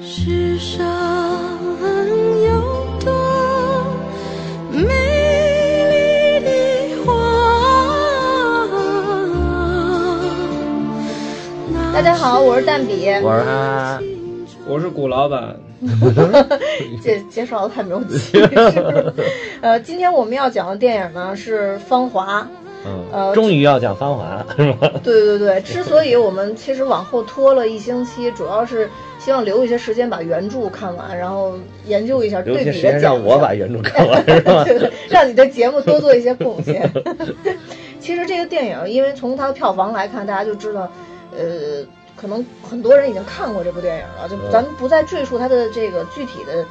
世上有朵美丽的花。大家好，我是蛋比。我是安我是古老板，介介绍的太没有气势。 呃，今天我们要讲的电影呢是《芳华》。嗯，呃终于要讲芳华 了是吧？对对对，之所以我们其实往后拖了一星期，主要是希望留一些时间把原著看完，然后研究一下尤对其比时的间讲让一我下把原著看完是吧？对，让你的节目多做一些贡献。其实这个电影，因为从它的票房来看，大家就知道，呃，可能很多人已经看过这部电影了，就嗯咱们不再赘述它的这个具体的。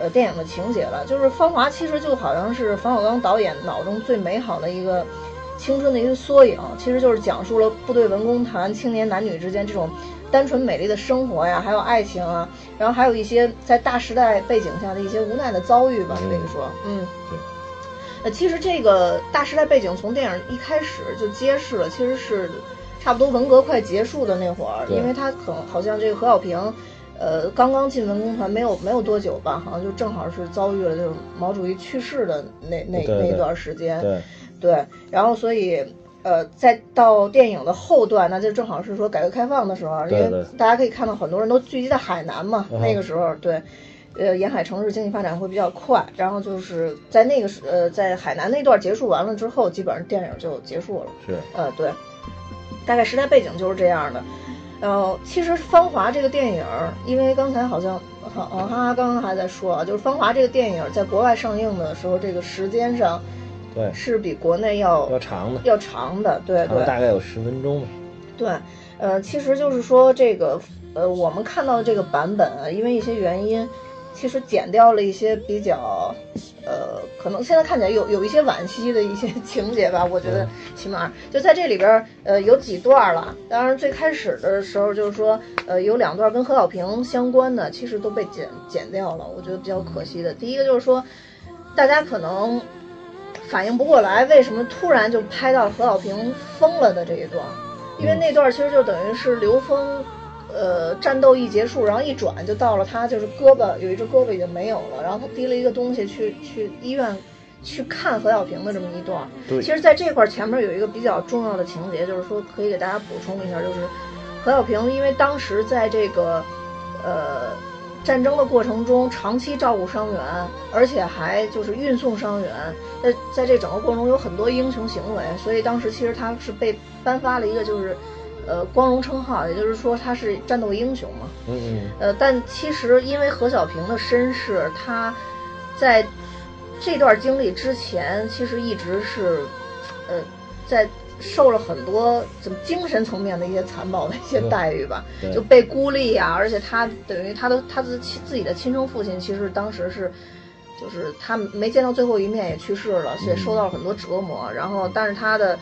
呃，电影的情节了，就是《芳华》，其实就好像是冯小刚导演脑中最美好的一个青春的一个缩影，其实就是讲述了部队文工团青年男女之间这种单纯美丽的生活呀，还有爱情啊，然后还有一些在大时代背景下的一些无奈的遭遇吧，嗯可以说，嗯对。呃，其实这个大时代背景从电影一开始就揭示了，其实是差不多文革快结束的那会儿，对因为他可能好像这个何小平，呃，刚刚进文工团没有没有多久吧，好像就正好是遭遇了这种毛主席去世的那那对对那一段时间，对， 对，然后所以呃，再到电影的后段，那就正好是说改革开放的时候，啊对因为对大家可以看到很多人都聚集在海南嘛，嗯哼那个时候对。呃，沿海城市经济发展会比较快，然后就是在那个时，呃，在海南那段结束完了之后，基本上电影就结束了。是呃，对，大概时代背景就是这样的。呃，其实《芳华》这个电影儿，因为刚才好像好好哈哈刚刚还在说啊，就是《芳华》这个电影儿在国外上映的时候，这个时间上对，是比国内要要长的，要长的，对长的对大概有十分钟吧。对，呃，其实就是说这个呃，我们看到的这个版本啊，因为一些原因，其实剪掉了一些比较呃，可能现在看起来有有一些惋惜的一些 情节吧，我觉得起码就在这里边儿呃有几段儿了。当然最开始的时候就是说呃有两段跟何小平相关的，其实都被剪剪掉了，我觉得比较可惜的。第一个就是说大家可能。反应不过来，为什么突然就拍到了何小平疯了的这一段？因为那段其实就等于是刘峰，呃，战斗一结束，然后一转就到了他就是胳膊有一只胳膊已经没有了，然后他提了一个东西去去医院去看何小平的这么一段。对其实在这块儿前面有一个比较重要的情节，就是说可以给大家补充一下，就是何小平因为当时在这个呃战争的过程中长期照顾伤员，而且还就是运送伤员，在在这整个过程中有很多英雄行为，所以当时其实他是被颁发了一个就是呃光荣称号，也就是说他是战斗英雄嘛。嗯呃，但其实因为何小平的身世，他在这段经历之前，其实一直是呃在受了很多怎么精神层面的一些残暴的一些对待遇吧，嗯对就被孤立呀、而且他等于他的他的亲自己的亲生父亲，其实当时是。就是他没见到最后一面，也去世了，所以受到了很多折磨。然后，但是他的，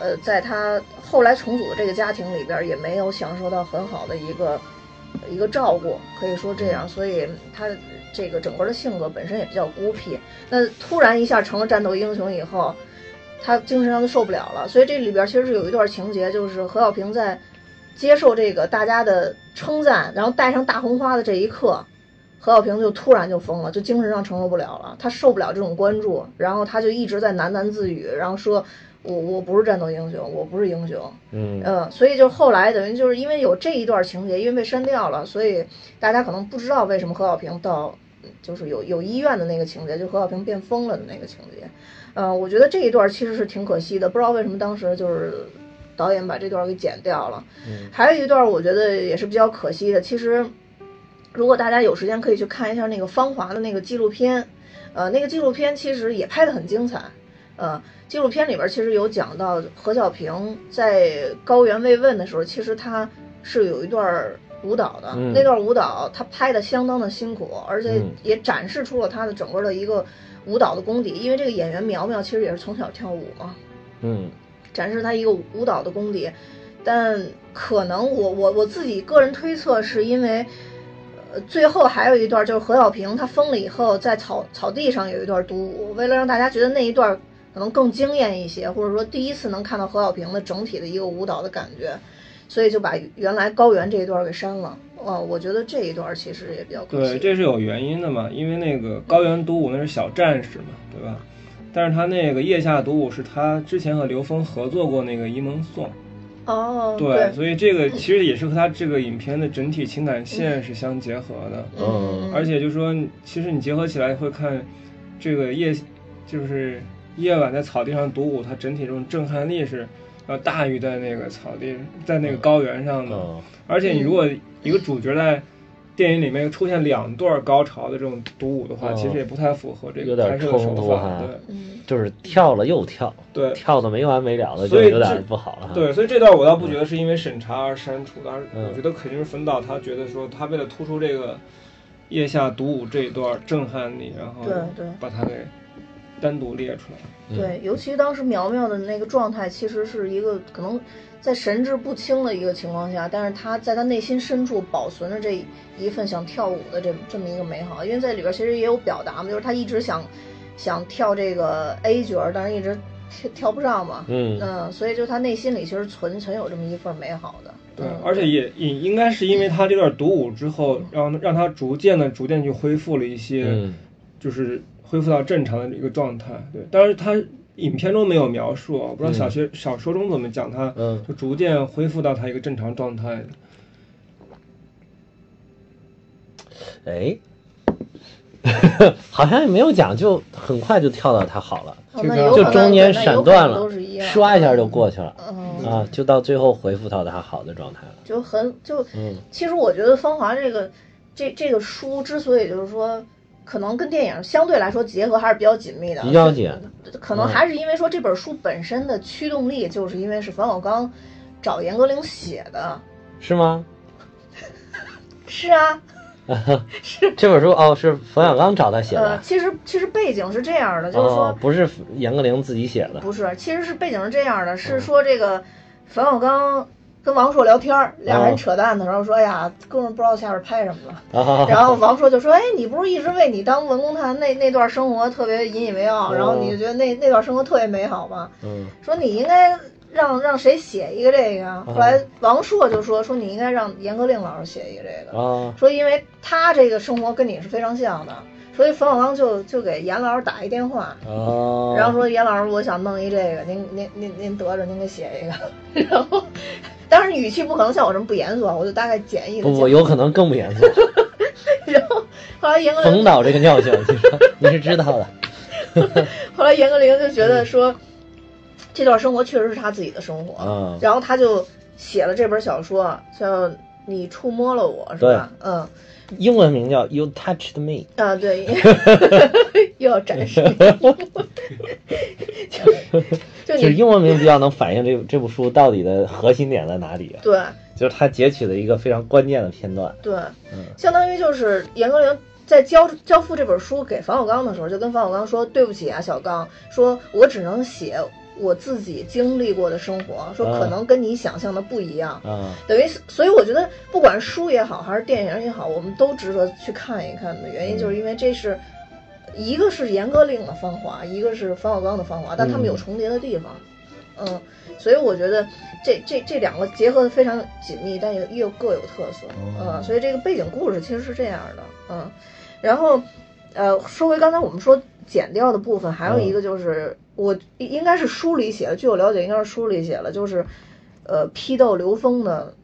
呃，在他后来重组的这个家庭里边儿，也没有享受到很好的一个一个照顾，可以说这样。所以他这个整个的性格本身也比较孤僻。那突然一下成了战斗英雄以后，他精神上就受不了了。所以这里边儿其实是有一段情节，就是何小平在接受这个大家的称赞，然后戴上大红花的这一刻，何小平就突然就疯了，就精神上承受不了了，他受不了这种关注，然后他就一直在喃喃自语，然后说：“我我不是战斗英雄，我不是英雄。”嗯嗯，嗯，所以就后来等于就是因为有这一段情节，因为被删掉了，所以大家可能不知道为什么何小平到嗯就是有有医院的那个情节，就何小平变疯了的那个情节。嗯，我觉得这一段其实是挺可惜的，不知道为什么当时就是导演把这段给剪掉了。嗯还有一段我觉得也是比较可惜的，其实如果大家有时间可以去看一下那个《芳华》的那个纪录片，呃，那个纪录片其实也拍得很精彩。呃，纪录片里边其实有讲到何小平在高原慰问的时候，其实他是有一段舞蹈的，嗯那段舞蹈他拍的相当的辛苦，而且嗯也展示出了他的整个的一个舞蹈的功底。因为这个演员苗苗其实也是从小跳舞嘛，嗯展示他一个舞蹈的功底，但可能我我我自己个人推测是因为，呃，最后还有一段就是何小平他疯了以后，在草草地上有一段独舞，为了让大家觉得那一段可能更惊艳一些，或者说第一次能看到何小平的整体的一个舞蹈的感觉，所以就把原来高原这一段给删了。哦，我觉得这一段其实也比较可惜。对，这是有原因的嘛，因为那个高原独舞那是小战士嘛，对吧？但是他那个腋下独舞是他之前和刘峰合作过那个《一梦颂》，哦，对，所以这个其实也是和他这个影片的整体情感线是相结合的，嗯而且就是说，其实你结合起来会看这个夜，就是夜晚在草地上独舞，它整体这种震撼力是要大于在那个草地，在那个高原上的。嗯而且你如果一个主角在电影里面出现两段高潮的这种独舞的话，哦其实也不太符合这有个点拍摄的手冲突啊法哈。嗯，就是跳了又跳，对对跳的没完没了的，就所以有这点不好了哈。对，所以这段我倒不觉得是因为审查而删除的，而嗯我觉得肯定是冯导他觉得说他为了突出这个腋下独舞这一段震撼力，然后对对把它给单独列出来。嗯对，尤其当时苗苗的那个状态，其实是一个可能在神志不清的一个情况下，但是他在他内心深处保存着这一份想跳舞的这这么一个美好，因为在里边其实也有表达嘛，就是他一直想想跳这个 A 角，但是一直跳跳不上嘛，嗯所以就他内心里其实存存有这么一份美好的，对嗯，而且也也应该是因为他这段独舞之后，让让他逐渐的、逐渐去恢复了一些，嗯就是恢复到正常的一个状态。对，但是他影片中没有描述，啊我不知道小学、小说中怎么讲他，嗯就逐渐恢复到他一个正常状态的。哎， 好像也没有讲，就很快就跳到他好了，哦这那个有可就能中对间那闪有可断能了都是一，样刷一下就过去了嗯。啊，就到最后恢复到他好的状态了。就很就，嗯其实我觉得《芳华》这个这这个书之所以就是说，可能跟电影相对来说结合还是比较紧密的，比较紧嗯可能还是因为说这本书本身的驱动力，就是因为是冯小刚找严歌苓写的。是吗？是啊，这本书哦，是冯小刚找他写呃，的，其实其实背景是这样的，就是说哦，不是严歌苓自己写的，不是，其实是背景是这样的，嗯是说这个冯小刚跟王朔聊天儿，俩人哦扯淡的时候说：“哎呀，哥们儿不知道下边拍什么了。” 啊，然后王朔就说：“哎，你不是一直为你当文工团那那段生活特别引以为傲，哦然后你就觉得那那段生活特别美好吗？嗯说你应该让让谁写一个这个哦啊？”后来王朔就说：“说你应该让严歌苓老师写一个这个，啊，说因为他这个生活跟你是非常像的，所以冯小刚就就给严老师打一电话，哦，然后说严老师，我想弄一这个，您您您您得着，您给写一个。” 然后，当然语气不可能像我这么不严肃啊，我就大概简易的不不，有可能更 不严肃。然后后来严歌苓冯导这个尿性，你说你是知道的。后来严歌苓就觉得说，这段生活确实是他自己的生活，嗯然后他就写了这本小说，叫《你触摸了我》，是吧？嗯，英文名叫 You Touched Me，啊，对，又要展示， 就就就是你英文名比较能反映这这部书到底的核心点在哪里，啊对就是它截取的一个非常关键的片段。对，相当于就是严歌苓。在交交付这本书给冯小刚的时候，就跟冯小刚说：“对不起啊，小刚，说我只能写我自己经历过的生活，说可嗯能跟你想象的不一样。啊，等于是，所以我觉得，不管是书也好，还是电影也好，我们都值得去看一看的原因，就是因为这是一个是严歌苓的芳华，一个是冯小刚的芳华，但他们有重叠的地方。嗯，所以我觉得这这这两个结合的非常紧密，但也又各有特色。哦嗯，所以这个背景故事其实是这样的。嗯，然后呃，说回刚才我们说剪掉的部分，还有一个就是、我应该是书里写的，据我了解，应该是书里写了，就是呃批斗刘峰的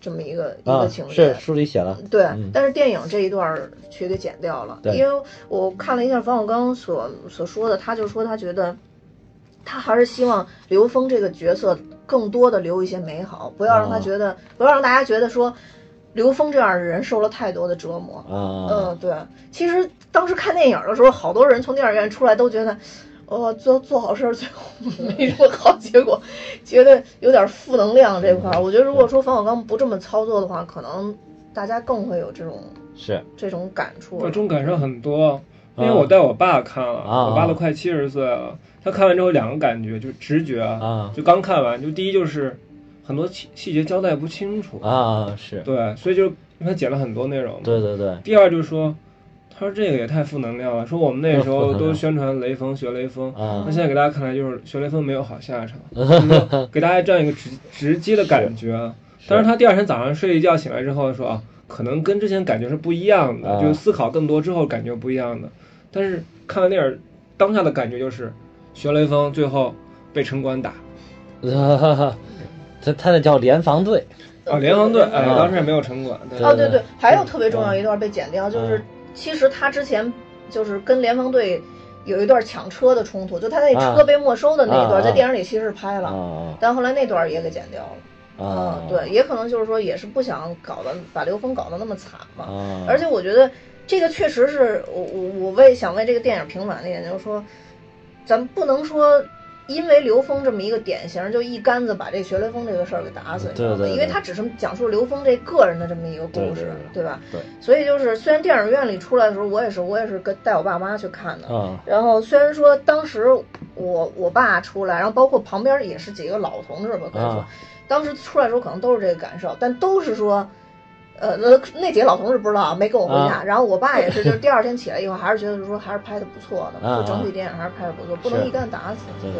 这么一个、一啊个情，节。是书里写了，对，嗯但是电影这一段儿却给剪掉了，对因为我看了一下冯小刚所所说的，他就说他觉得，他还是希望刘峰这个角色更多的留一些美好，不要让他哦觉得，不要让大家觉得说，刘峰这样的人受了太多的折磨。啊嗯，，对，其实当时看电影的时候，好多人从电影院出来都觉得，哦，做做好事儿最后嗯没什么好结果，觉得有点负能量这块儿。嗯我觉得如果说冯小刚不这么操作的话，可能大家更会有这种是这种感触我了。这种感受很多，啊因为我带我爸看了，啊我爸都快七十岁了。他看完之后有两个感觉，就直觉啊就刚看完，就第一就是很多细细节交代不清楚，啊是，对，所以就因为他剪了很多内容嘛。对对对，第二就是说，他说这个也太负能量了，说我们那时候负能量都宣传雷锋学雷锋，啊那现在给大 家看来就是学雷锋没有好下场，就是说给大家这样一个直直接的感觉，啊但是他第二天早上睡一觉醒来之后说啊，可能跟之前感觉是不一样的，啊就是思考更多之后感觉不一样的。但是看完电影当下的感觉就是，学雷锋最后被城管打他他那叫联防队，啊，联防队，哎，啊当时也没有城管，对哦，对对对对，还有特别重要一段被剪掉，嗯就是其实他之前就是跟联防队有一段抢车的冲突，就他嗯那车被没收的那一啊啊段，在电影里其实是拍了，啊但后来那段也给剪掉了。啊嗯，对，也可能就是说也是不想搞得把刘峰搞得那么惨嘛。啊，而且我觉得这个确实是我我我为想为这个电影平反的一点，就是说，咱不能说。因为刘峰这么一个典型，就一竿子把这学雷锋这个事儿给打死，你知道吗对对对因为他只是讲述刘峰这个人的这么一个故对事，对对吧？对所以就是，虽然电影院里出来的时候，我也是我也是跟带我爸妈去看的，啊然后虽然说当时我我爸出来，然后包括旁边也是几个老同志吧，可以说，啊当时出来的时候可能都是这个感受，但都是说，呃，那那几个老同志不知道啊，没跟我回家。啊然后我爸也是，就是第二天起来以后，还是觉得说还是拍的不错的，啊就整体电影还是拍的不错，不能是一竿子打死。对对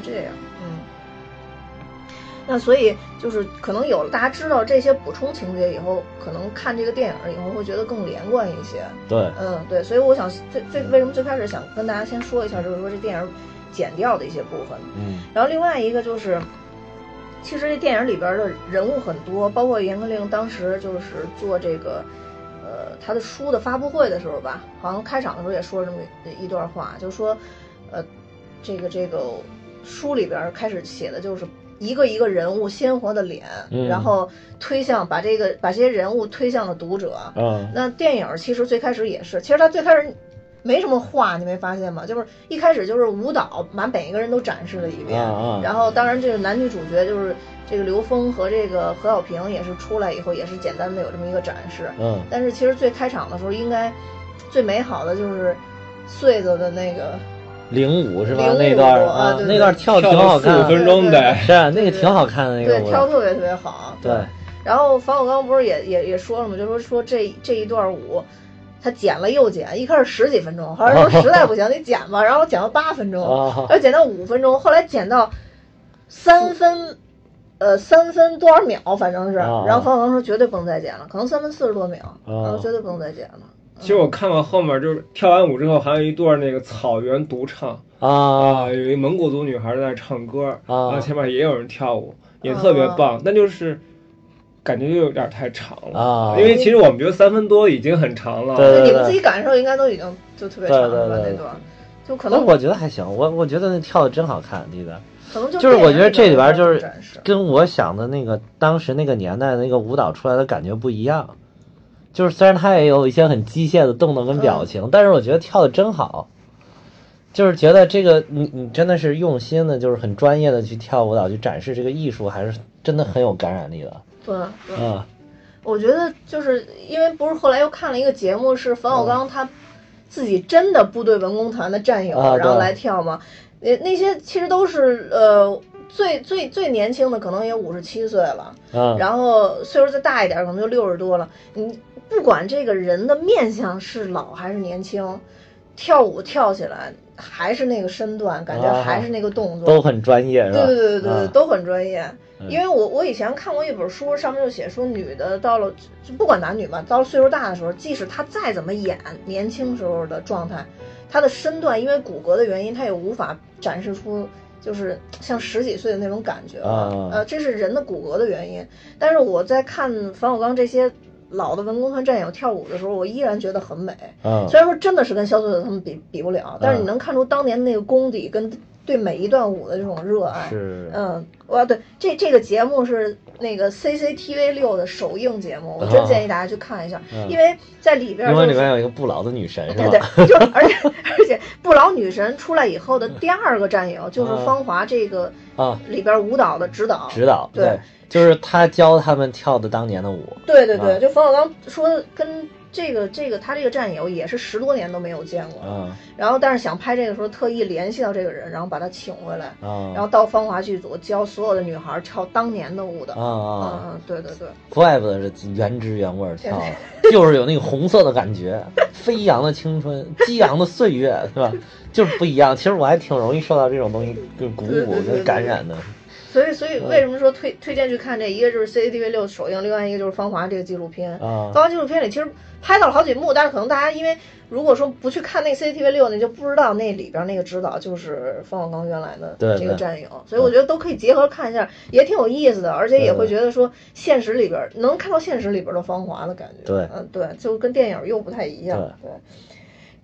对，会这样，嗯。那所以就是可能有了大家知道这些补充情节以后，可能看这个电影以后会觉得更连贯一些。对嗯，对，所以我想最最为什么最开始想跟大家先说一下，就是说这电影剪掉的一些部分。嗯然后另外一个就是，其实这电影里边的人物很多，包括严歌苓当时就是做这个，呃，他的书的发布会的时候吧，好像开场的时候也说了这么一段话，就说，呃，这个这个书里边开始写的就是。一个一个人物鲜活的脸，嗯然后推向把这个把这些人物推向了读者，啊那电影其实最开始也是，其实它最开始没什么话，你没发现吗？就是一开始就是舞蹈，把每一个人都展示了一遍。啊然后，当然这个男女主角就是这个刘峰和这个何小平也是出来以后也是简单的有这么一个展示。嗯但是其实最开场的时候，应该最美好的就是穗子的那个零五是吧05？那段啊啊对对那段跳挺好看跳了啊四五分的，钟对的对，是啊那个挺好看的那个对舞跳蹈，特别特别好。对然后冯小刚不是也也也说了嘛，就说说这这一段舞，他剪了又剪，一开始十几分钟，后来说 实在不行你剪吧，然后剪到八分钟，啊然后剪到五分钟，后来剪到三分，呃三分多少秒，反正是，啊啊然后冯小刚说绝对不能再剪了，可能三分四十多秒，啊然后绝对不能再剪了。其实我看了后面，就是跳完舞之后，还有一段那个草原独唱啊啊，有一蒙古族女孩在那唱歌，啊然后前面也有人跳舞，也特别棒，但就是感觉就有点太长了，啊因为其实我们觉得三分多已经很长了，对就对你们自己感受应该都已经就特别长了吧呃对对对那段，就可那能我觉得还行，我我觉得那跳的真好看，记得。可能就就是我觉得这里边就电影里面有这种展示是跟我想的那个当时那个年代的那个舞蹈出来的感觉不一样，就是虽然它也有一些很机械的动作跟嗯表情，但是我觉得跳的真好，就是觉得这个你你真的是用心的，就是很专业的去跳舞蹈去展示这个艺术，还是真的很有感染力的对对。啊我觉得就是因为不是后来又看了一个节目，是冯嗯小刚他自己真的部队文工团的战友，啊对然后来跳嘛。那那些其实都是呃最最最年轻的，可能也五十七岁了，啊然后岁数再大一点，可能就六十多了。你不管这个人的面相是老还是年轻，跳舞跳起来还是那个身段，感觉啊还是那个动作，都很专业是吧？对对对对对，啊都很专业。嗯因为我我以前看过一本书，上面就写说，女的到了就不管男女嘛，到了岁数大的时候，即使她再怎么演年轻时候的状态，她的身段因为骨骼的原因，她也无法展示出就是像十几岁的那种感觉了啊。呃，这是人的骨骼的原因。但是我在看冯小刚这些老的文工团战友跳舞的时候，我依然觉得很美。嗯虽然说真的是跟肖穗子他们比比不了，但是你嗯能看出当年那个功底跟对每一段舞的这种热爱。是嗯，哇，对，这这个节目是那个 CCTV 六的首映节目，我真啊建议大家去看一下，嗯因为在里边因嗯就为里是。 面有一个不老的女神是对吧？对，就而且 而且不老女神出来以后的第二个战友就是嗯啊芳华这个啊，里边舞蹈的指导，指导对，就是他教他们跳的当年的舞。对对对，啊就冯小刚说跟这个这个他这个战友也是十多年都没有见过，啊然后但是想拍这个时候特意联系到这个人，然后把他请回来，啊，然后到芳华剧组教所有的女孩跳当年的舞蹈，啊啊，嗯嗯，对对对。怪不得是原汁原味儿跳的，就是有那个红色的 感觉，飞扬的青春，激昂的岁月，是吧？就是不一样。其实我还挺容易受到这种东西就鼓对对舞对对跟感染的。所以，所以为什么说推推荐去看这？一个就是 CCTV 六首映，另外一个就是《芳华》这个纪录片。啊芳华纪录片里其实拍到了好几幕，但是可能大家因为如果说不去看那 CCTV 六，你就不知道那里边那个指导就是冯小刚原来的对这个对战友，所以我觉得都可以结合看一下，也挺有意思的，而且也会觉得说现实里边能看到现实里边的芳华的感觉。对嗯，对，就跟电影又不太一样。对，对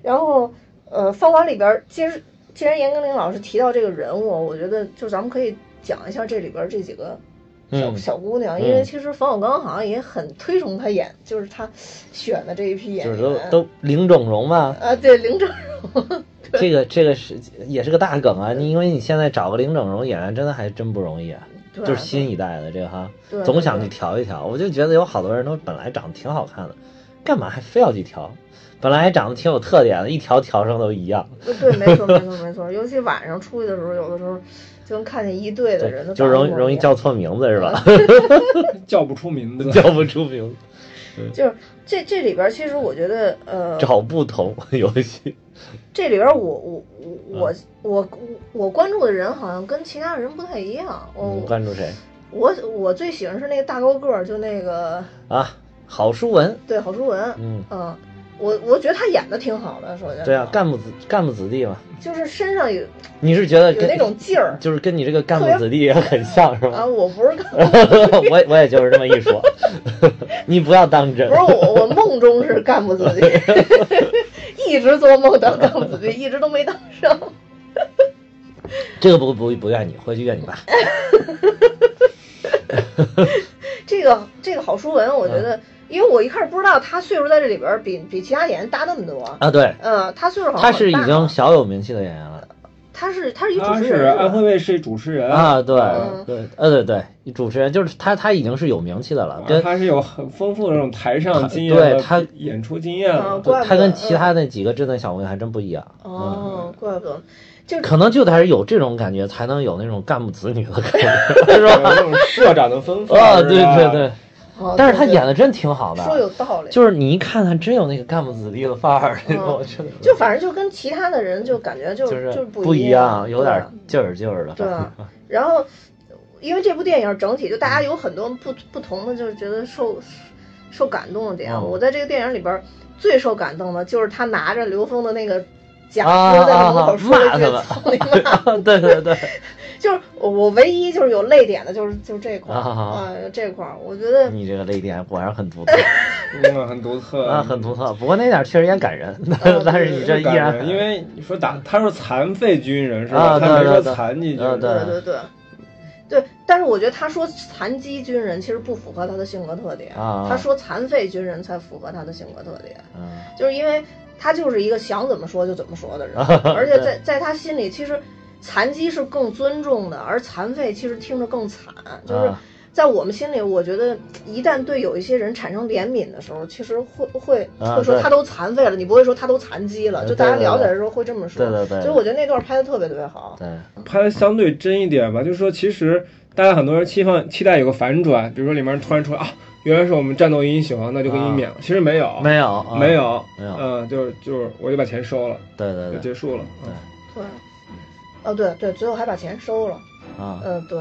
然后呃，芳华里边儿其实既然严歌苓老师提到这个人物，我觉得就咱们可以讲一下这里边儿这几个小、嗯小姑娘，因为嗯其实冯小刚好像也很推崇她演，就是他选的这一批演就员，是都都零整 容嘛，啊，对林正荣，这个这个是也是个大梗啊。你因为你现在找个零整容演员，真的还真不容易啊。对就是新一代的这个哈对，总想去调一调。我就觉得有好多人都本来长得挺好看的，干嘛还非要去调？本来还长得挺有特点的，一调调成都一样。对，没错，没错，没错，尤其晚上出去的时候，有的时候就能看见一队的人的，就容易容易叫错名字是吧？ 叫不出名字， 叫不出名字，就是这这里边，其实我觉得，呃，找不同游戏。这里边我我我嗯我我我关注的人好像跟其他人不太一样。你我嗯关注谁我我最喜欢是那个大高个儿，就那个啊？郝淑文，对郝淑文，嗯，嗯，我我觉得他演的挺好的，首先对啊，干部子干部子弟嘛。就是身上有你是觉得有跟那种劲儿就是跟你这个干部子弟也很像是啊，吗？我不是干 我也我也就是这么一 说， 你不要当真不。是我，我梦中是干部子弟， 一直做梦当干部子弟，一直都没当上。这个不不不怨你，回去怨你爸。这个这个郝淑文，嗯我觉得，因为我一开始不知道他岁数在这里边儿比比其他演员大那么多。啊，对，嗯，他岁数好像他是很已大经了小有名气的演员了他是他是一主他持是人吧安徽卫视主持人啊，对嗯对，呃对对，主持人就是他，他已经是有名气的了，跟啊他是有很丰富的那种台上经验对和他演出经验啊了。怪不他跟得其他那几个真的小姑娘还真不一样，嗯哦，怪不得，就是可能就得是有这种感觉，才能有那种干部子女的感 觉，是吧？有那种社 长的风范啊，是吧对对对，哦但是他对对演的真挺好的，说有道理，就是你一看他真有那个干部子弟的范儿， 那种嗯我觉得就反正就跟其他的人就感觉就就是不一样，有对啊点劲儿劲儿的对啊感觉。然后，因为这部电影整体就大家有很多不不同的，就是觉得受受感动的点。嗯我在这个电影里边儿最受感动的就是他拿着刘峰的那个假啊肢在那门啊啊口说了一句骂他吧“操你妈”，对对对，就是我我唯一就是有泪点的，就是就是这块儿啊啊啊嗯啊，这块儿我觉得你这个泪点果然很独特嗯，很独特啊，很独特。不过那点儿确实也感人，嗯对 但是你这这依感然觉，很因为你说打，他说残废军人是啊吧？对他没对说对残疾军啊人，对对对对。对，但是我觉得他说残疾军人其实不符合他的性格特点，啊啊他说残废军人才符合他的性格特点。嗯，就是因为他就是一个想怎么说就怎么说的人 而且在在他心里，其实残疾是更尊重的，而残废其实听着更惨。就是啊在我们心里，我觉得一旦对有一些人产生怜悯的时候，其实会会啊会说对呃他都残废了，你不会说他都残疾了。对就大家对对聊起来对的时候会这么说。对对对所以我觉得那段拍的特别特别好。对拍的相对真一点吧，就是说其实大家很多人期望期待有个反转，比如说里面突然出来啊，原来是我们战斗英雄，那就给你啊免了，其实没有，没有啊没有，没有嗯，就是就是我就把钱收了，对就对对结束了，嗯对，哦对对，最后还把钱收了。啊。嗯、对。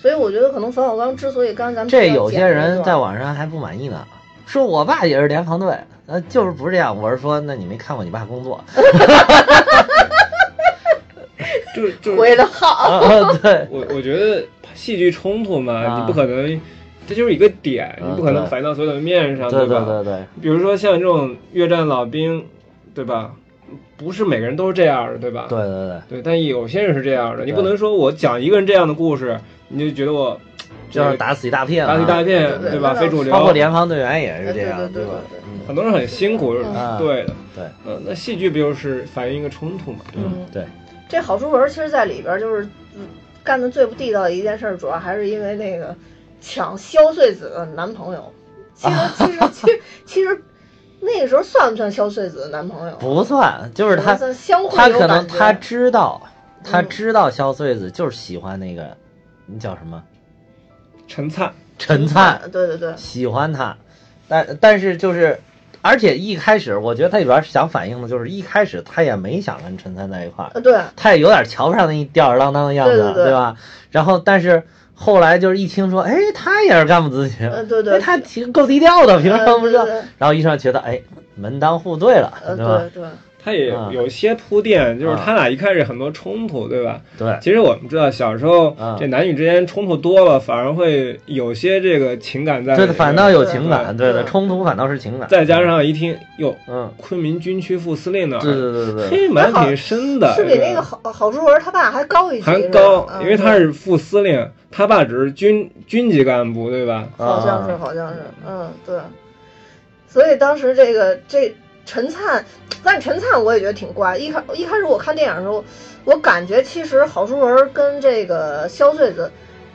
所以我觉得可能冯小刚之所以刚才咱们这提到有剪些那人段在网上还不满意呢，说我爸也是联防队，呃，就是不是这样。我是说，那你没看过你 爸工啊作就就回的好。啊？对，我我觉得戏剧冲突嘛，啊你不可能，这就是一个点，嗯你不可能对反映到所有的面上， 对吧？对对对，比如说像这种越战老兵，对吧？不是每个人都是这样的，对吧？对对对，对但有些人是这样的，你对不能说我讲一个人这样的故事，你就觉得我就是打死一大片嘛，啊打死一大片，对对吧？对非主流，包括联防队员也是这样，哎对对对吧？对对嗯很多人很辛苦，是嗯对的。对，呃，那戏剧不就是反映一个冲突嘛？对吧嗯对，这郝淑文其实，在里边儿就是嗯干的最不地道的一件事儿，主要还是因为那个抢萧穗子的男朋友。其实， 其实，其实，其实那个时候算不算萧穗子的男朋友？不算，就是他只能算相互他有可能感觉他知道他嗯知道萧穗子就是喜欢那个，你叫什么陈灿，陈灿，呃对对对，喜欢他，但但是就是，而且一开始我觉得他里边想反映的就是一开始他也没想跟陈三在一块儿呃，，对，他也有点瞧不上那一吊儿郎当的样子，对对对吧？然后但是后来就是一听说，哎，他也是干部咨询，呃对对哎他其实够低调的，平常不知道。呃对对对然后一上觉得，哎，门当户对了，呃，对吧对？对，他也啊有些铺垫，就是啊他俩一开始很多冲突，对吧？对其实我们知道，小时候啊这男女之间冲突多了，反而会有些这个情感在里对，面。反倒有情感，对对对的，冲突反倒是情感。再加上一听，哟，嗯，昆明军区副司令那儿，对对对对对，嘿，蛮挺深的，是比那这个郝郝淑文他爸还高一级，还是吧高，嗯因为他是副司令，他爸只是军军级干部，对吧？好像是，啊好像是，嗯，对。所以当时这个这陈灿，但陈灿我也觉得挺怪。一开一开始我看电影的时候，我感觉其实郝淑文跟这个肖穗子，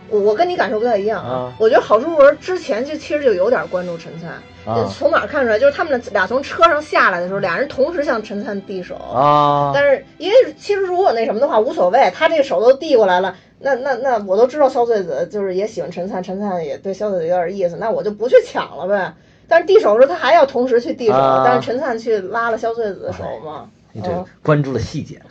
我我跟你感受不太一样啊我觉得郝淑文之前就其实就有点关注陈灿，啊从哪儿看出来？就是他们俩从车上下来的时候，俩人同时向陈灿递手。啊，但是因为其实如果那什么的话无所谓，他这个手都递过来了，那那那我都知道肖穗子就是也喜欢陈灿，陈灿也对肖穗子有点意思，那我就不去抢了呗。但是递手的时候他还要同时去递手，啊哎但是陈灿去拉了肖穗子的手嘛。你嗯这关注了细节，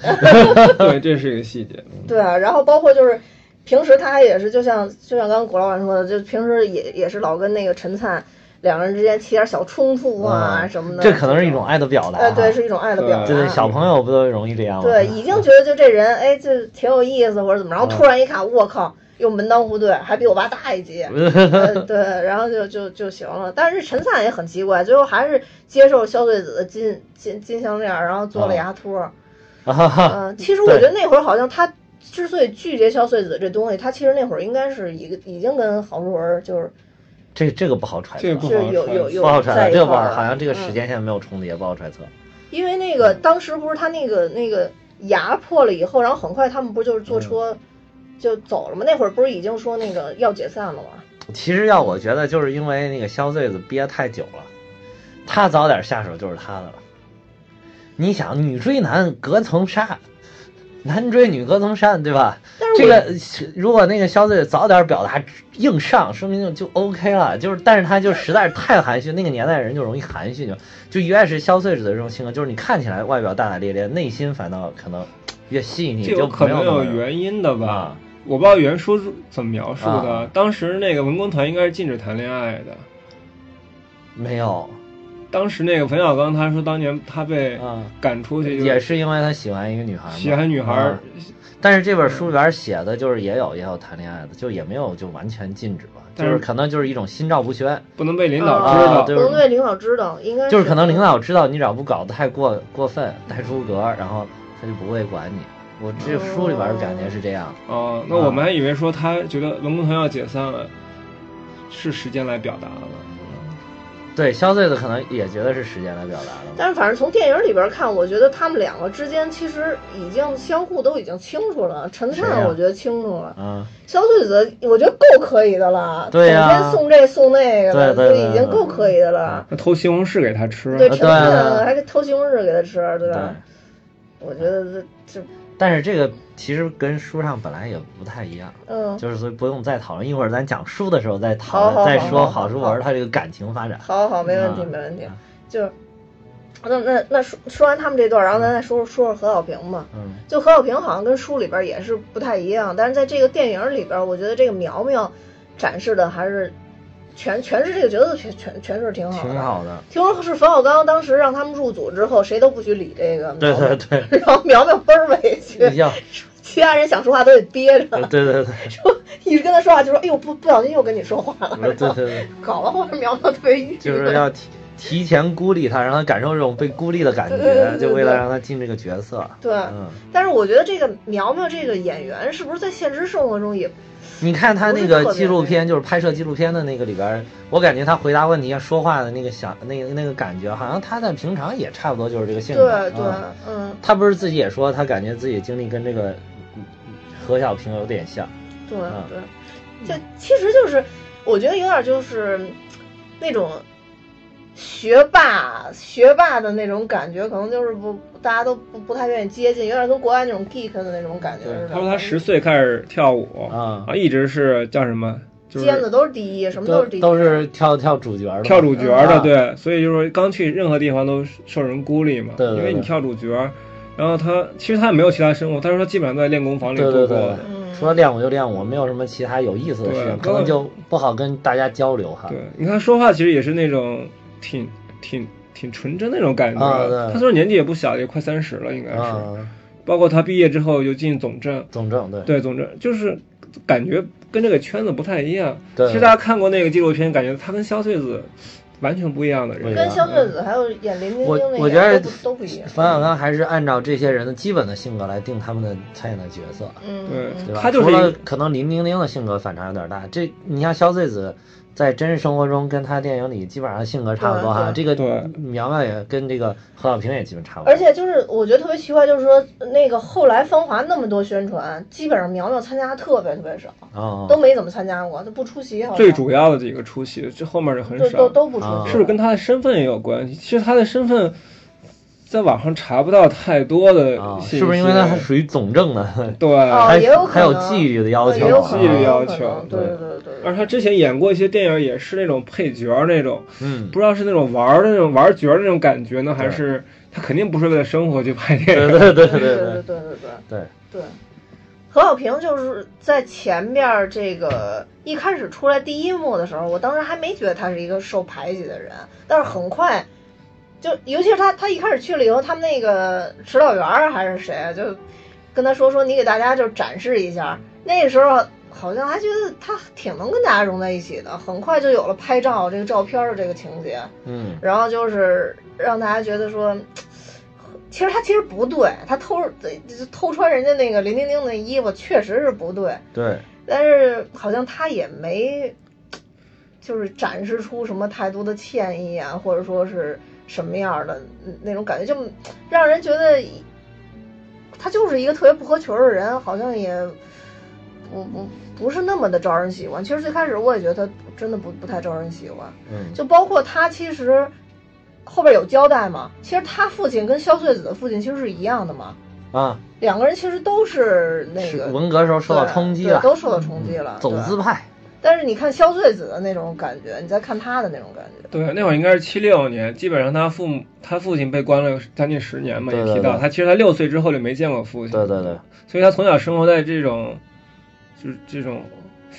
对，这是一个细节。对啊，然后包括就是平时他也是，就像就像刚刚古老板说的，就平时也也是老跟那个陈灿两个人之间起点小冲突啊嗯什么的。这可能是一种爱的表达。呃，对，是一种爱的表达。对对，小朋友不都容易这样吗？对，已经觉得就这人，哎，就挺有意思或者怎么着，然后嗯突然一看，我靠，又门当户对，还比我爸大一 级，呃对，然后就就就行了。但是陈灿也很奇怪，最后还是接受肖穗子的金金金项链，然后做了牙托。啊 哈哈嗯、其实我觉得那会儿好像他之所以拒绝肖穗子这东西，他其实那会儿应该是一个已经跟郝淑文就是这这个不好揣测，这个不是好有有有不好揣在测，一这个不块儿好，了好像这个嗯时间线没有重叠，不好揣测。因为那个当时不是他那个那个牙破了以后，然后很快他们不就是坐车就走了吗？那会儿不是已经说那个要解散了吗？其实要我觉得，就是因为那个肖穗子憋太久了，他早点下手就是他的了。你想，女追男隔层纱，男追女隔层山，对吧？但是这我、个如果那个肖穗子早点表达硬上，说明就就 OK 了。就是，但是他就实在是太含蓄，那个年代人就容易含蓄，就就越是肖穗子的这种性格，就是你看起来外表大大咧咧，内心反倒可能越细腻，这就有可能没有有那么原因的吧啊？我不知道原书怎么描述的啊。当时那个文工团应该是禁止谈恋爱的。没有当时那个冯小刚他说，当年他被啊。赶出去，也是因为他喜欢一个女孩嘛，喜欢女孩儿啊，但是这本书里边写的就是也有也有谈恋爱的，就也没有就完全禁止吧，就但是是可能就是一种心照不宣，不能被领导啊知道啊。对不能对领导知道，应该就是可能领导知道你只要不搞得太过过分、太出格，然后他就不会管你。我这书里边的感觉是这样，哦，啊那我们还以为说他觉得文工团要解散了，是时间来表达嗯了。对，肖穗子可能也觉得是时间来表达的嘛。但是反正从电影里边看，我觉得他们两个之间其实已经相互都已经清楚了。陈谁呀灿我觉得清楚了，啊，肖穗子我觉得够可以的了，对呀整天送这送那个的，对对对就已经够可以的嗯了。那偷西红柿给他吃，对对陈灿对啊还偷西红柿给他吃，对对吧？。我觉得这这但是这个其实跟书上本来也不太一样，嗯，就是所以不用再讨论，一会儿咱讲书的时候好再讨好论，再好好说郝淑好文他这个感情发展。好好，没问题，嗯没问题啊。就是，那那那说说完他们这段，然后咱再说说说何小平吧。嗯，就何小平好像跟书里边也是不太一样，但是在这个电影里边，我觉得这个苗苗展示的还是全全是这个角色全全全是挺好的。挺好的。听说是冯小刚当时让他们入组之后，谁都不许理这个苗嗯对苗，对 对，然后苗苗倍儿委你屈，要， 其他人想说话都得憋着呃，对对对，一跟他说话就说：“哎呦，不不小心又跟你说话了。”对对 对，搞得后面苗苗特别郁闷。就是要提提前孤立他，让他感受这种被孤立的感对对对觉，对就为了让他进这个角色。对嗯，但是我觉得这个苗苗这个演员是不是在现实生活中也你看他那不是特个别纪录片，就是拍摄纪录片的那个里边，我感觉他回答问题、啊说话的那个想那个那个感觉，好像他在平常也差不多就是这个性对格。对嗯嗯他不是自己也说，他感觉自己经历跟这个嗯何小平有点像。对嗯对，就其实就是我觉得有点就是那种学霸学霸的那种感觉，可能就是不大家都不不太愿意接近，有点跟国外那种 geek 的那种感觉似的。他说他十岁开始跳舞啊一直是叫什么？就尖子是都是第一，什么都是第一，都是跳跳主角的，跳主角的，啊嗯对，所以就是说刚去任何地方都受人孤立嘛，对对对因为你跳主角，然后他其实他也没有其他生活，他说他基本上都在练功房里对度对过对的，嗯除了练舞就练舞，没有什么其他有意思的事情，对可能就不好跟大家交流哈。对，你看说话其实也是那种挺挺挺纯真那种感觉。啊对他虽然年纪也不小，也快三十了，应该是。啊，包括他毕业之后就进总政，总政对对总政就是感觉跟这个圈子不太一样。对其实大家看过那个纪录片，感觉他跟肖穗子完全不一样的人。不一样跟肖穗子还有演林冰我冰那我个觉得都不都不一样。冯小刚还是按照这些人的基本的性格来定他们的参演的角色，嗯，对对吧？他就是除一了个可能林丁丁的性格反差有点大，这你像肖穗子在真实生活中跟他电影里基本上性格差不多哈，这对个对苗苗也跟这个何小平也基本差不多，而且就是我觉得特别奇怪，就是说那个后来《芳华》那么多宣传，基本上苗苗参加特别特别少，哦都没怎么参加过，都不出席好像。最主要的几个出席，这后面就很都少都。都不出啊席，是不是跟他的身份也有关系？其实他的身份在网上查不到太多的啊，信息。是不是因为他是属于总政的？对？哦还也有可还有能纪律的要对求也有可纪能律要有可求能对对对对。而他之前演过一些电影，也是那种配角儿那种， 嗯，不知道是那种玩儿的那种玩儿角儿的那种感觉呢，还是他肯定不是为了生活去拍电影。对对对对对对对对对对对，对。何小平就是在前边儿这个一开始出来第一幕的时候，我当时还没觉得他是一个受排挤的人，但是很快，就尤其是他他一开始去了以后，他们那个指导员儿还是谁啊，就跟他说说你给大家就展示一下，那个时候好像还觉得他挺能跟大家融在一起的，很快就有了拍照这个照片儿的这个情节。嗯然后就是让大家觉得说，其实他其实不对，他偷就是偷穿人家那个林丁丁的衣服确实是不对，对，但是好像他也没，就是展示出什么太多的歉意啊，或者说是什么样的嗯那种感觉，就让人觉得他就是一个特别不合群儿的人，好像也不不不是那么的招人喜欢。其实最开始我也觉得他真的不不太招人喜欢。嗯就包括他其实后边有交代嘛，其实他父亲跟肖穗子的父亲其实是一样的嘛，啊，两个人其实都是那是个文革时候受到对冲击对了，嗯都受到冲击了，走资对。派，但是你看肖穗子的那种感觉，你再看他的那种感觉，对，那会儿应该是七六年，基本上他父母他父亲被关了将近十年嘛，对也对提到对他其实他六岁之后就没见过父亲，对对对，所以他从小生活在这种就是这种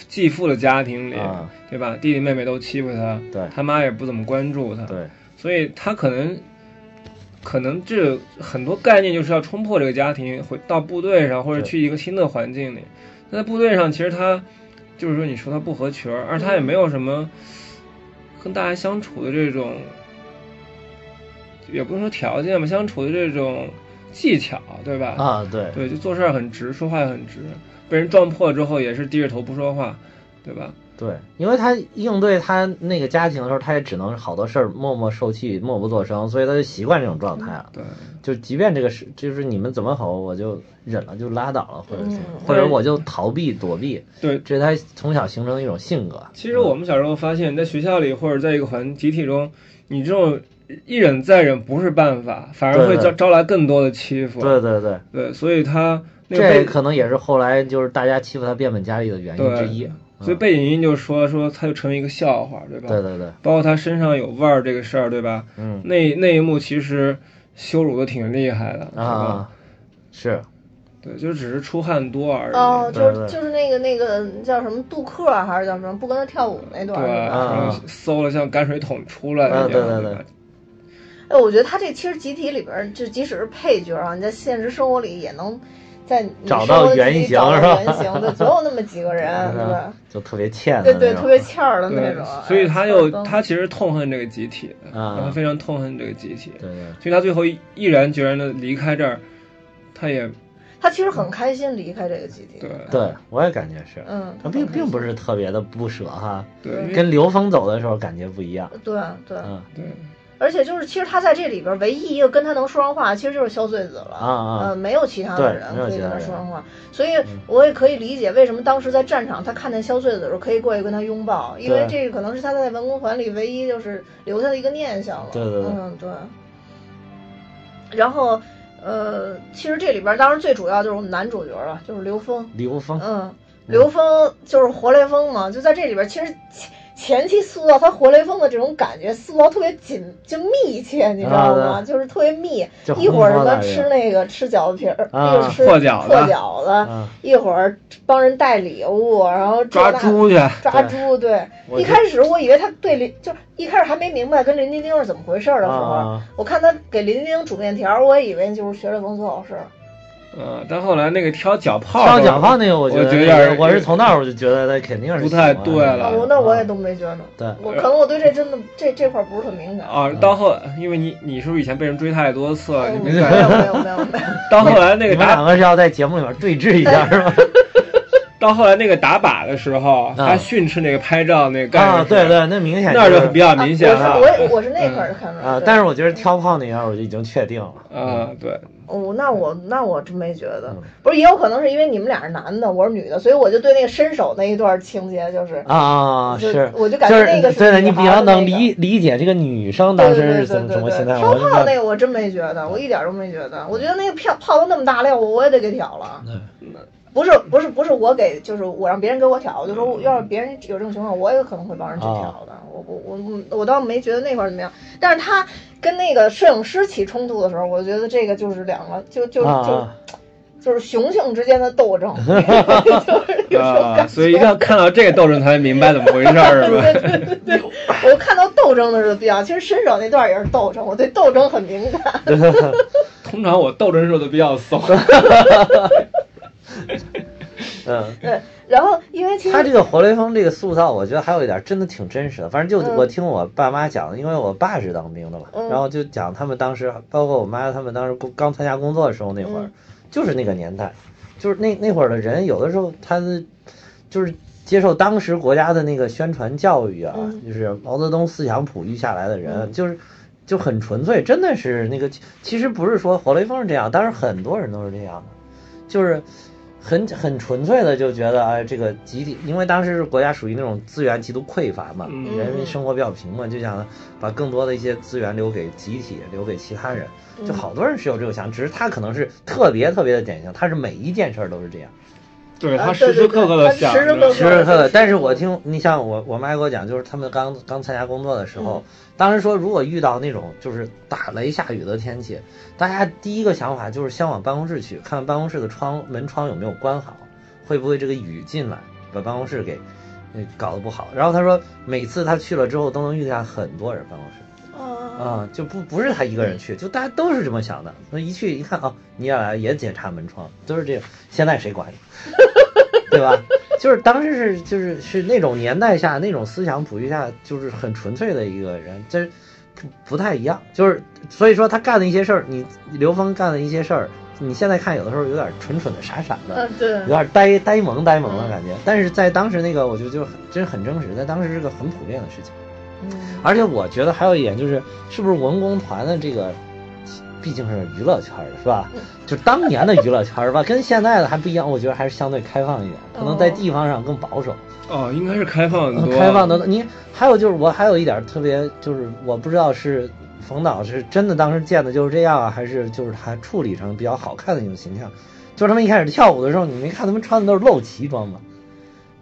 继父的家庭里，啊对吧？弟弟妹妹都欺负他，对他妈也不怎么关注他，啊对所以他可能，可能这很多概念就是要冲破这个家庭，回到部队上或者对去一个新的环境里。那在部队上，其实他就是说，你说他不合群儿，而他也没有什么跟大家相处的这种，也不能说条件吧，相处的这种技巧，对吧？，啊对，对，就做事儿很直，说话也很直，被人撞破之后也是低着头不说话，对吧？对，因为他应对他那个家庭的时候，他也只能好多事儿默默受气、默不作声，所以他就习惯这种状态了。对。就即便这个是，就是你们怎么吼，我就忍了，就拉倒了，或者是，嗯或者我就逃避、躲避，对这是他从小形成的一种性格。其实嗯我们小时候发现，在学校里或者在一个环集体中，你这种一忍再忍不是办法，反而会对对招招来更多的欺负。对对对，对所以他那个这背，可能也是后来就是大家欺负他变本加厉的原因之一嗯对。所以背景音就说说他就成为一个笑话，对吧？对对对，包括他身上有味儿这个事儿，对吧？嗯那那一幕其实羞辱的挺厉害的，对吧？啊，是对，就只是出汗多而已。哦，嗯对就是对就是那个那个叫什么杜克啊还是叫什么，不跟他跳舞那对，段儿是吧？然嗯后搜了像泔水桶出来一样，啊啊对对对吧？哎，我觉得他这其实集体里边儿，就即使是配角啊，你在现实生活里也能在你找生到活的原集体型找是到吧原型，对，总有那么几个人， 对吧？就特别欠的对那对，种特别欠儿的那对种。哎所以他就他欠其实痛恨这个集体的，啊他非常痛恨这个集体。对对所以他最后毅然决然的离开这儿，他也他其实很开心离开这个集体。对对，我也感觉是，嗯，他并很开并心不是特别的不舍哈，对，因为跟刘峰走的时候感觉不一样。对对，嗯对而且就是其实他在这里边儿唯一一个跟他能说上话，其实就是肖穗子了。啊啊呃，没有其他的对人没有可以其跟他他人嗯说上话，所以我也可以理解为什么当时在战场他看见肖穗子的时候可以过去跟他拥抱，因为对这个可能是他在文工团里唯一就是留下的一个念想了。对对对嗯对。然后呃，其实这里边儿当然最主要就是我们男主角了，就是刘峰。刘峰，嗯，刘峰就是活雷锋嘛，就在这里边，其实其前期塑造他活雷锋的这种感觉，塑造特别紧，就密切，你知道啊吗？就是特别密，就一会儿红什火么腿吃那个吃饺子皮儿，一啊会儿吃和饺子和饺子，啊，一会儿帮人带礼物，然后这抓那猪去，抓猪，对。我一就开始我以为他对林，就是一开始还没明白跟林丁丁是怎么回事儿的时候，啊我看他给林丁丁煮面条儿，我也以为就是学雷锋苏老师。嗯，但后来那个挑脚啊炮，烧脚炮那个，我我得觉得有点我是从那儿我就觉得他肯定是不太喜欢对了啊，我那我也都没觉得，哎对哦我可能我对这真的这这块儿不是特敏感。嗯啊，到后，因为你你是不是以前被人追太多次了？嗯你没没有感没有觉？没有没有没有， 到后来那你个们打两个是要在节目里面对峙 一下是吧？到后来那个打靶的时候，他训斥那个拍照那个干啊，事对，对，那 明显那是就比较明显啊了我是我也我是那块儿看出来啊，对但是我觉得挑炮那样我就已经确定了。啊，对，哦，那我那我真没觉得嗯，不是也有可能是因为你们俩是男的，我是女的，所以我就对那个伸手那一段情节就是，啊，，就是我就感就觉是那个是对的，女你孩比较的那能个理理解这个女生对当时对对是怎对么怎么对心态。对，我烧嗯是炮觉那得个我真没觉得，我一点儿都没觉得，我觉得那个票炮都那么大料，我我也得给挑了。嗯不是不是不是我给，就是我让别人给我挑，我就说嗯我要是别人有这种情况，我也可能会帮人啊去挑的。我我嗯我我倒没觉得那块儿怎么样，但是他跟那个摄影师起冲突的时候，我觉得这个就是两个就就啊就啊就是雄性之间的斗 争，就是 有这种啊，感所以一定觉。要看到这个斗争才明白怎么回事儿，是吧？我看到斗争的时候比较，其实伸手那段也是斗争，我对斗争很敏感。通常我斗争时候都比 较怂，嗯。对，然后因为其实他这个活雷锋这个塑造，我觉得还有一点真的挺真实的。反正就嗯我听我爸妈讲的，因为我爸是当兵的嘛，嗯然后就讲他们当时，包括我妈他们当时工刚参加工作的时候那会儿嗯，就是那个年代，就是那那会儿的人，有的时候他的就是接受当时国家的那个宣传教育啊，嗯就是毛泽东思想哺育下来的人，就是。就很纯粹，真的是那个，其实不是说活雷锋是这样，当然很多人都是这样的，就是很很纯粹的就觉得，哎，这个集体，因为当时是国家属于那种资源极度匮乏嘛，嗯人民生活比较贫困，就想把更多的一些资源留给集体，留给其他人。嗯就好多人是有这种想法，只是他可能是特别特别的典型，他是每一件事儿都是这样，对啊他对时时刻刻的对对想他时时刻着刻。时时刻刻。但是我听你像我我妈给我讲，就是他们刚刚参加工作的时候，当时说如果遇到那种就是打雷下雨的天气，大家第一个想法就是先往办公室去，看看办公室的窗门窗有没有关好，会不会这个雨进来把办公室给呃搞得不好。然后他说每次他去了之后都能遇见很多人办公室。啊，啊，就不不是他一个人去，就大家都是这么想的。那一去一看啊，你也来也检查门窗，都是这样。现在谁管你， 对吧？就是当时是就是是那种年代下那种思想哺育下，就是很纯粹的一个人，这不不太一样。就是所以说他干的一些事儿，你刘峰干的一些事儿，你现在看有的时候有点蠢蠢的、傻傻的，嗯，对有，点呆呆萌呆萌的感觉。但是在当时那个，我觉得就很真很真实，在当时是个很普遍的事情。嗯而且我觉得还有一点就是，是不是文工团的这个，毕竟是娱乐圈儿的是吧？就当年的娱乐圈儿吧，跟现在的还不一样，我觉得还是相对开放一点，可能在地方上更保守，哦，应该是开放嗯很多，啊开放的。你还有就是，我还有一点特别，就是我不知道是冯导是真的当时见的就是这样啊，还是就是他处理成比较好看的一种形象。就是他们一开始跳舞的时候，你没看他们穿的都是露脐装吗？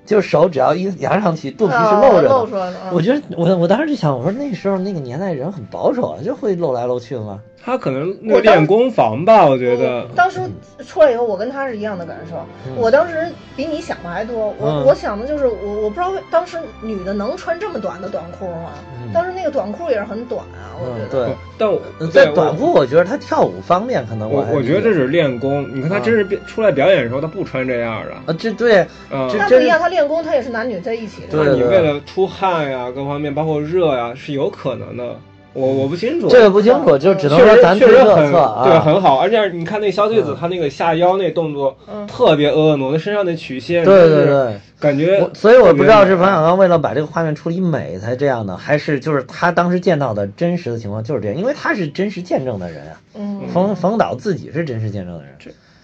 就是手只要一扬上去，肚皮是露着的。啊露出来的啊我觉得我我当时就想，我说那时候那个年代人很保守啊，就会露来露去的嘛。他可能那个练功房吧，哦我觉得我当时出来以后，我跟他是一样的感受。我当时比你想的还多，我、嗯我想的就是我我不知道为当时女的能穿这么短的短裤吗？嗯当时那个短裤也是很短啊，我觉嗯，得。对。但我嗯对在短裤，我觉得他跳舞方面可能我还我觉得这理解是练功。你看他真是变出来表演的时候，他不穿这样的。啊，这对嗯这那不真一是样，他练功，他也是男女在一起的。对那你为了出汗呀，各方面包括热呀，是有可能的。我我不清楚，嗯这个不清楚，就只能确说实咱确推实测很测啊。嗯对很好，而且你看那个小腿子，他那个下腰那动作嗯特别婀娜，那身上的曲线，对真对是对，感 觉我所以我不知道是冯小刚为了把这个画面处理美才这样的，还是就是他当时见到的真实的情况就是这样，因为他是真实见证的人啊，嗯，冯冯导自己是真实见证的人，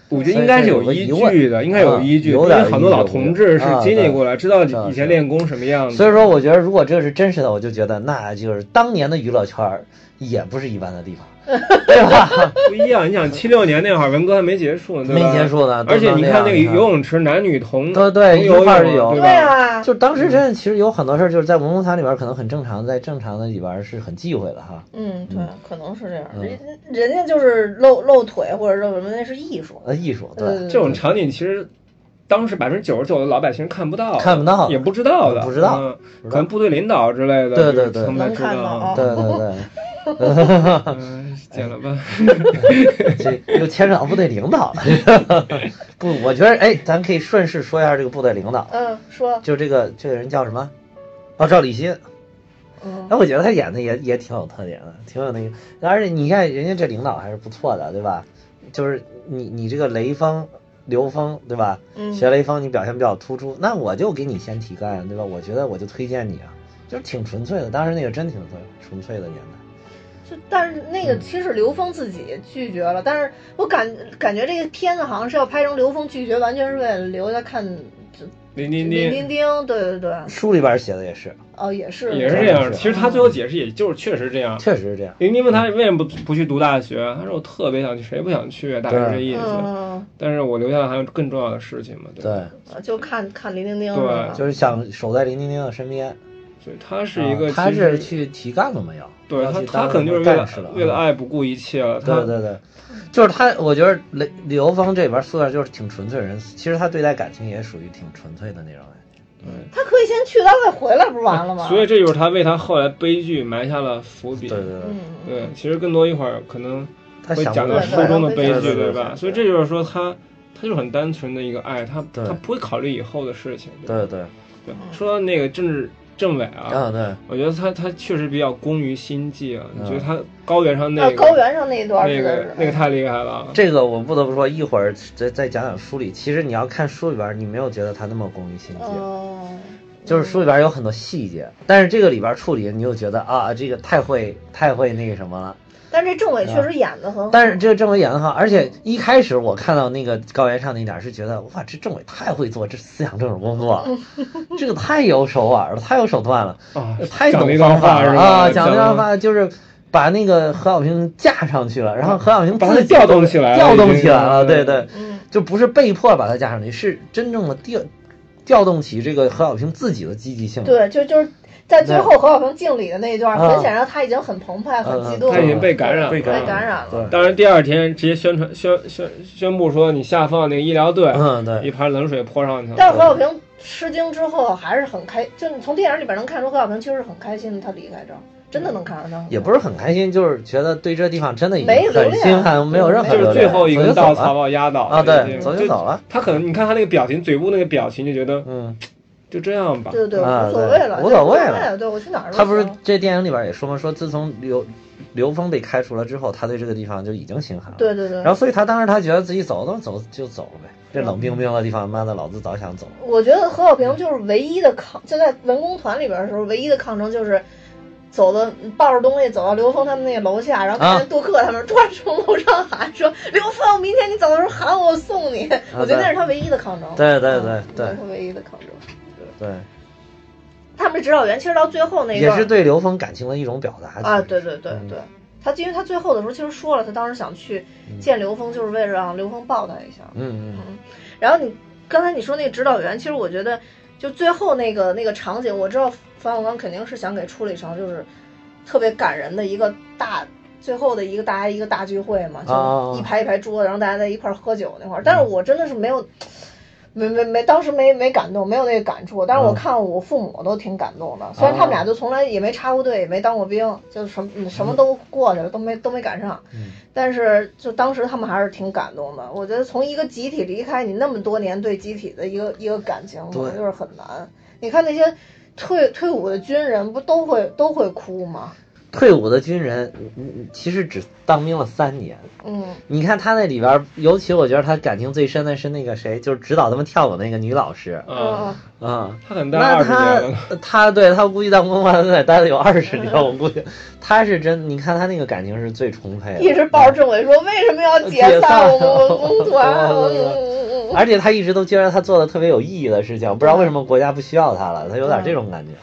我觉得应该是有依据的，应该有依据，啊有因点为很多老同志是啊经历过来，知道以前练功什么样子。所以说 我觉得如果这是真实的，我就觉得那就是当年的娱乐圈儿也不是一般的地方，对吧？ 不一样。你想七六年那会儿，文革还没结束，对吧？没结束呢而且你看都那个那样游泳池，男女同对对同一游块儿泳游对对吧？啊，就当时真的，其实有很多事儿就是在文工团里边儿可能很正常，在正常的里边儿是很忌讳的哈。嗯，对，可能是这样。嗯人人家就是露露腿或者露什么，那是艺术。嗯呃，艺术对对对这种场景其实当时百分之九十九的老百姓是看不到的，看不到的也不知道的，不知道嗯不知道可能部队领导之类对的，就是对对他们才能知看哦道到。对对对。嗯，剪了吧。这又牵扯到部队领导了。不，我觉得哎，咱可以顺势说一下这个部队领导，嗯，说，就这个这个人叫什么？哦，赵立新。嗯哎，我觉得他演的也也挺有特点的，挺有那个。而且你看人家这领导还是不错的，对吧？就是你你这个雷锋、刘峰，对吧？嗯学雷锋你表现比较突出，那我就给你先提个案，对吧？我觉得我就推荐你啊，就是挺纯粹的。当时那个真挺纯纯粹的年代，就但是那嗯个其实刘峰自己拒绝了，但是我感感觉这个片子好像是要拍成刘峰拒绝，完全是为了留下看林李林丁丁丁，对对对，书里边写的也是，哦也是也是这样。其实他最后解释，也就是确实这样。确实是这样。林丁问他为什么不不去读大学，他说我特别想去，谁不想去啊？大概是这意思。嗯，但是我留下来还有更重要的事情嘛，对吧？对，嗯就看看林丁丁对是吧就是想守在林丁丁的身边。所以他是一个啊，他其是实去提干了吗？要对要他去他当可能就是为干事了了，为了啊。爱不顾一切了。他对对对，就是他，我觉得雷刘芳这边塑造就是挺纯粹的人，其实他对待感情也属于挺纯粹的那种人。他可以先去，他再回来，不是完了吗？所以这就是他为他后来悲剧埋下了伏笔。对对对，嗯，对，其实更多一会儿可能他会想讲不到明书白中的悲对对剧，对吧？对所以这就是说他他就是很单纯的一个爱，他对他不会考虑以后的事情。对吧对对，对，说到那个政治政委啊，啊对，我觉得他他确实比较功于心计啊。嗯你觉得他高原上那啊个高原上那一段那是个那个太厉害了，这个我不得不说，一会儿再再讲讲书里。其实你要看书里边，你没有觉得他那么功于心计。哦，就是书里边有很多细节，但是这个里边处理，你又觉得啊，这个太会太会那个什么了。但是这政委啊确实演的很好，但是这个政委演的好，而且一开始我看到那个高原上那点儿是觉得，哇，这政委太会做这思想政治工作了，这个太有手腕了，太有手段了，啊哦太讲懂了一方段法话是了吧啊！讲那讲了段话就是把那个何小平架上去了，然后何小平嗯把他自己调动起来了调已动经起来了，对对对，嗯就不是被迫把他架上去，是真正的调调动起这个何小平自己的积极性。对，就就是在最后何小平敬礼的那一段，啊很显然他已经很澎湃、很激动了，啊他已经被感染了被被感染了染了。对当然，第二天直接宣传宣宣宣布说你下放那个医疗队，嗯对一盘冷水泼嗯上去但是了。何小平吃惊之后还是很开，就你从电影里边能看出何小平其实很开心的，他离开这儿，真的能看出他很也不是很开心，就是觉得对这地方真的已经没留很恋心寒，没有任何就留是恋最后一走根就走稻了草把我压倒啊，对，已经走就走了，他可能你看他那个表情，嘴部那个表情，就觉得嗯。就这样吧。对对对，啊无所谓了，对无所谓了了，对我去哪儿都行他不是这电影里边也说吗？说自从刘刘峰被开除了之后，他对这个地方就已经心寒了。对对对然后，所以他当时他觉得自己走，那走就走了呗。这冷冰冰的地方，妈的，老子早想走。我觉得何小平就是唯一的抗，就在文工团里边的时候，唯一的抗争就是走的抱着东西走到刘峰他们那个楼下，然后看啊见杜克他们突然从楼上喊说：“刘峰，明天你走的时候喊我，我送你。我觉得那是他唯一的抗争。啊对对对嗯对那是他唯一的抗争。对，他们的指导员其实到最后那一也段是对刘峰感情的一种表达。啊，其实对对对对。他因为他最后的时候其实说了，他当时想去见刘峰，就是为了让刘峰抱他一下。嗯嗯，然后你刚才你说那个指导员，其实我觉得就最后那个那个场景，我知道冯小刚肯定是想给处理成就是特别感人的一个大最后的一个大家一个大聚会嘛，哦就一排一排桌子，然后大家在一块儿喝酒那会儿。但是我真的是没有。没没没，当时没没感动，没有那个感触。但是我嗯看我父母都挺感动的，虽然他们俩就从来也没插过队，也没当过兵，就什么嗯什么都过去了，都没都没赶上。但是就当时他们还是挺感动的。我觉得从一个集体离开你那么多年对集体的一个一个感情，对就是很难。你看那些退退伍的军人，不都会都会哭吗？退伍的军人，嗯嗯其实只当兵了三年。嗯，你看他那里边，尤其我觉得他感情最深的是那个谁，就是指导他们跳舞那个女老师。啊，嗯啊、嗯，他可能待那二十年他了。他对他估计在公馆得待了有二十年，我估计他是真，你看他那个感情是最充沛的，嗯一直抱着政委说为什么要解解散散我们文工团？我嗯们嗯嗯嗯嗯。而且他一直都觉得他做的特别有意义的事情，不知道为什么国家不需要他了，他有点这种感觉。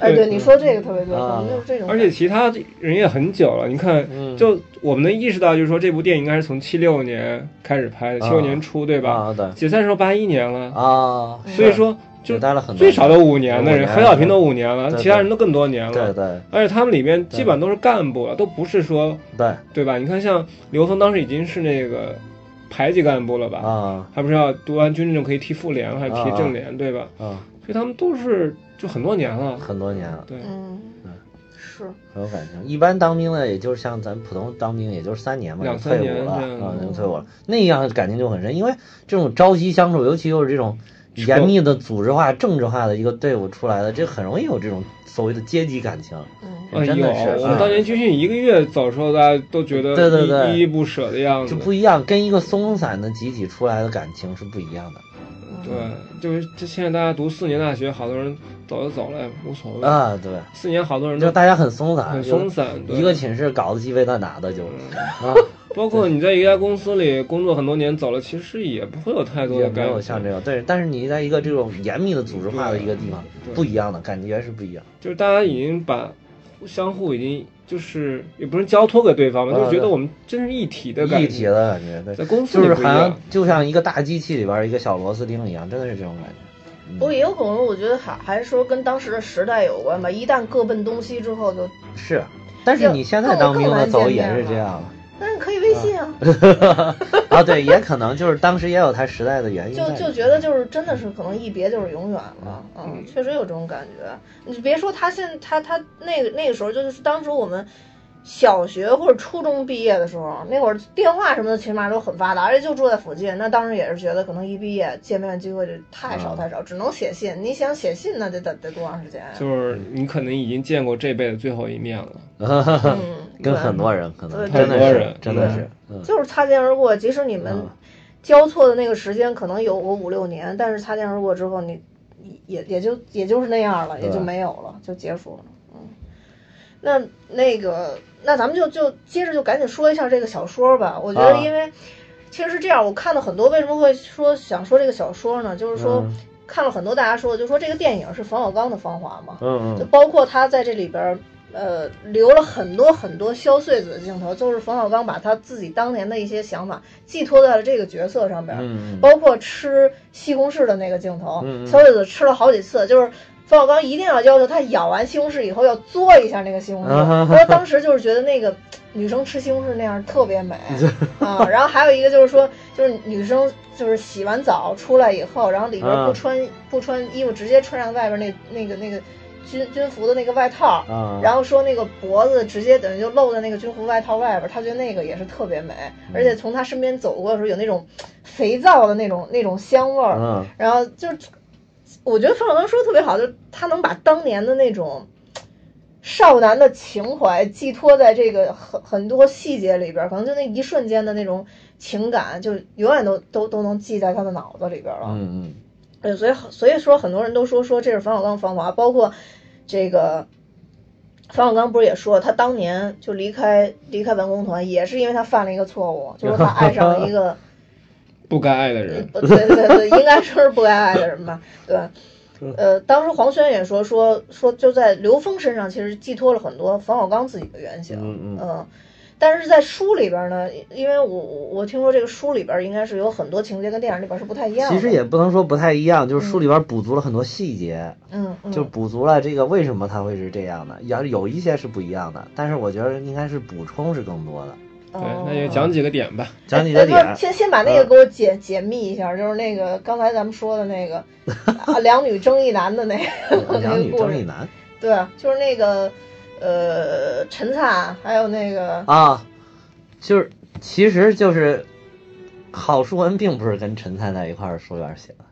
哎，对，对你说这个特别对，可啊能就是这种感而觉。且其他人也很久了，你看，嗯就我们能意识到，就是说这部电影应该是从七六年开始拍的，七六啊年初对吧？啊对解散时候八一年了，啊，嗯所以说就也待了很多最少都五年年的人，五年韩小平都五年了，对对其他人都更多年了。对对而且他们里面基本上都是干部了，都不是说对对吧？你看像刘峰当时已经是那个排级干部了吧？啊还不是要读完军政可以踢妇联，还是踢啊政联，对吧？啊，所以他们都是就很多年了，很多年了，对，嗯，是，很有感情。一般当兵的，也就是像咱普通当兵，也就是三年嘛，两就退三伍年了这样嗯啊，就退伍了。那样感情就很深，因为这种朝夕相处，尤其又是这种严密的组织化、政治化的一个队伍出来的，这很容易有这种所谓的阶级感情。嗯，哎真呦，的是啊我们当年军训一个月走的时候，大家都觉得对对对依依依不舍的样子就，不一样，跟一个松散的集体出来的感情是不一样的对，就是这现在大家读四年大学，好多人走就走了，也无所谓。啊，对，四年好多人就都大家很松散，嗯很就松散，对嗯一个寝室搞得鸡飞蛋打的就啊，包括你在一家公司里工作很多年，走了其实也不会有太多也的没感有觉，像这个，对，但是你在一个这种严密的组织化的一个地方，对不一样的感觉是不一样。就是大家已经把相互已经就是也不是交托给对方吧，啊就是觉得对我们真是一体的感一觉，体的感觉，对在，公司就里是不一好像样就像一个大机器里边一个小螺丝钉一样，真的是这种感觉。不过也有可能，我觉得还还是说跟当时的时代有关吧。一旦各奔东西之后就，是，但是你现在当兵的走也是这样但是可以微信啊，了啊，对，也可能就是当时也有它时代的原因在就里面。就觉得就是真的是可能一别就是永远了，嗯，确实有这种感觉。你别说他现他他那个那个时候，就是当时我们小学或者初中毕业的时候，那会儿电话什么的起码都很发达，而且就住在附近。那当时也是觉得可能一毕业见面机会就太少嗯太少，只能写信。你想写信那得得得多长时间啊？就是你可能已经见过这辈子最后一面了。嗯，对跟很多人可能对真很多的是人真的对是，嗯就是擦肩而过，即使你们嗯交错的那个时间可能有过五六年，但是擦肩而过之后，你也也就也就是那样了，对也就没有了，就结束了。嗯，那那个，那咱们就就接着就赶紧说一下这个小说吧。我觉得啊，因为、其实是这样，我看了很多，为什么会说想说这个小说呢？就是说、嗯看了很多大家说，就说这个电影是冯小刚的《芳华》嘛，嗯就嗯包括他在这里边儿，呃，留了很多很多萧穗子的镜头，就是冯小刚把他自己当年的一些想法寄托在了这个角色上边儿，嗯嗯包括吃西红柿的那个镜头，嗯嗯萧穗子吃了好几次，就是。冯小刚一定要要求他咬完西红柿以后要嘬一下那个西红柿。啊他说当时就是觉得那个女生吃西红柿那样特别 美啊。然后还有一个就是说，就是女生就是洗完澡出来以后，然后里边啊不穿、不穿衣服，直接穿上外边那那个那个军军服的那个外套，啊，然后说那个脖子直接等于就露在那个军服外套外边儿，他觉得那个也是特别美，而且从他身边走过的时候有那种肥皂的那种那种香味儿，嗯哦然后就是我觉得冯小刚说的特别好，就是他能把当年的那种少男的情怀寄托在这个很很多细节里边儿，可能就那一瞬间的那种情感，就永远都都都能记在他的脑子里边儿了。嗯嗯对，所以很所以说很多人都说说这是冯小刚芳华，包括这个冯小刚不是也说他当年就离开离开文工团，也是因为他犯了一个错误，就是他爱上了一 个不该爱的人，呃对对对，应该说是不该爱的人吧，对。呃，当时黄轩也说说说就在刘峰身上其实寄托了很多冯小刚自己的原型，嗯嗯但是在书里边呢，因为我我我听说这个书里边应该是有很多情节跟电影里边是不太一样的，嗯其实也不能说不太一样，就是书里边补足了很多细节，嗯嗯就补足了这个为什么它会是这样的，要有一些是不一样的，但是我觉得应该是补充是更多的，对，哦那就讲几个点吧。讲几哎不个是点，嗯先先把那个给我解、解密一下，就是那个刚才咱们说的那个啊， 两女争一男的那个 那哦两个女故争一事，男对，就是那个呃陈灿，还有那个啊，就是其实就是郝淑文并不是跟陈灿在一块儿书里边写的，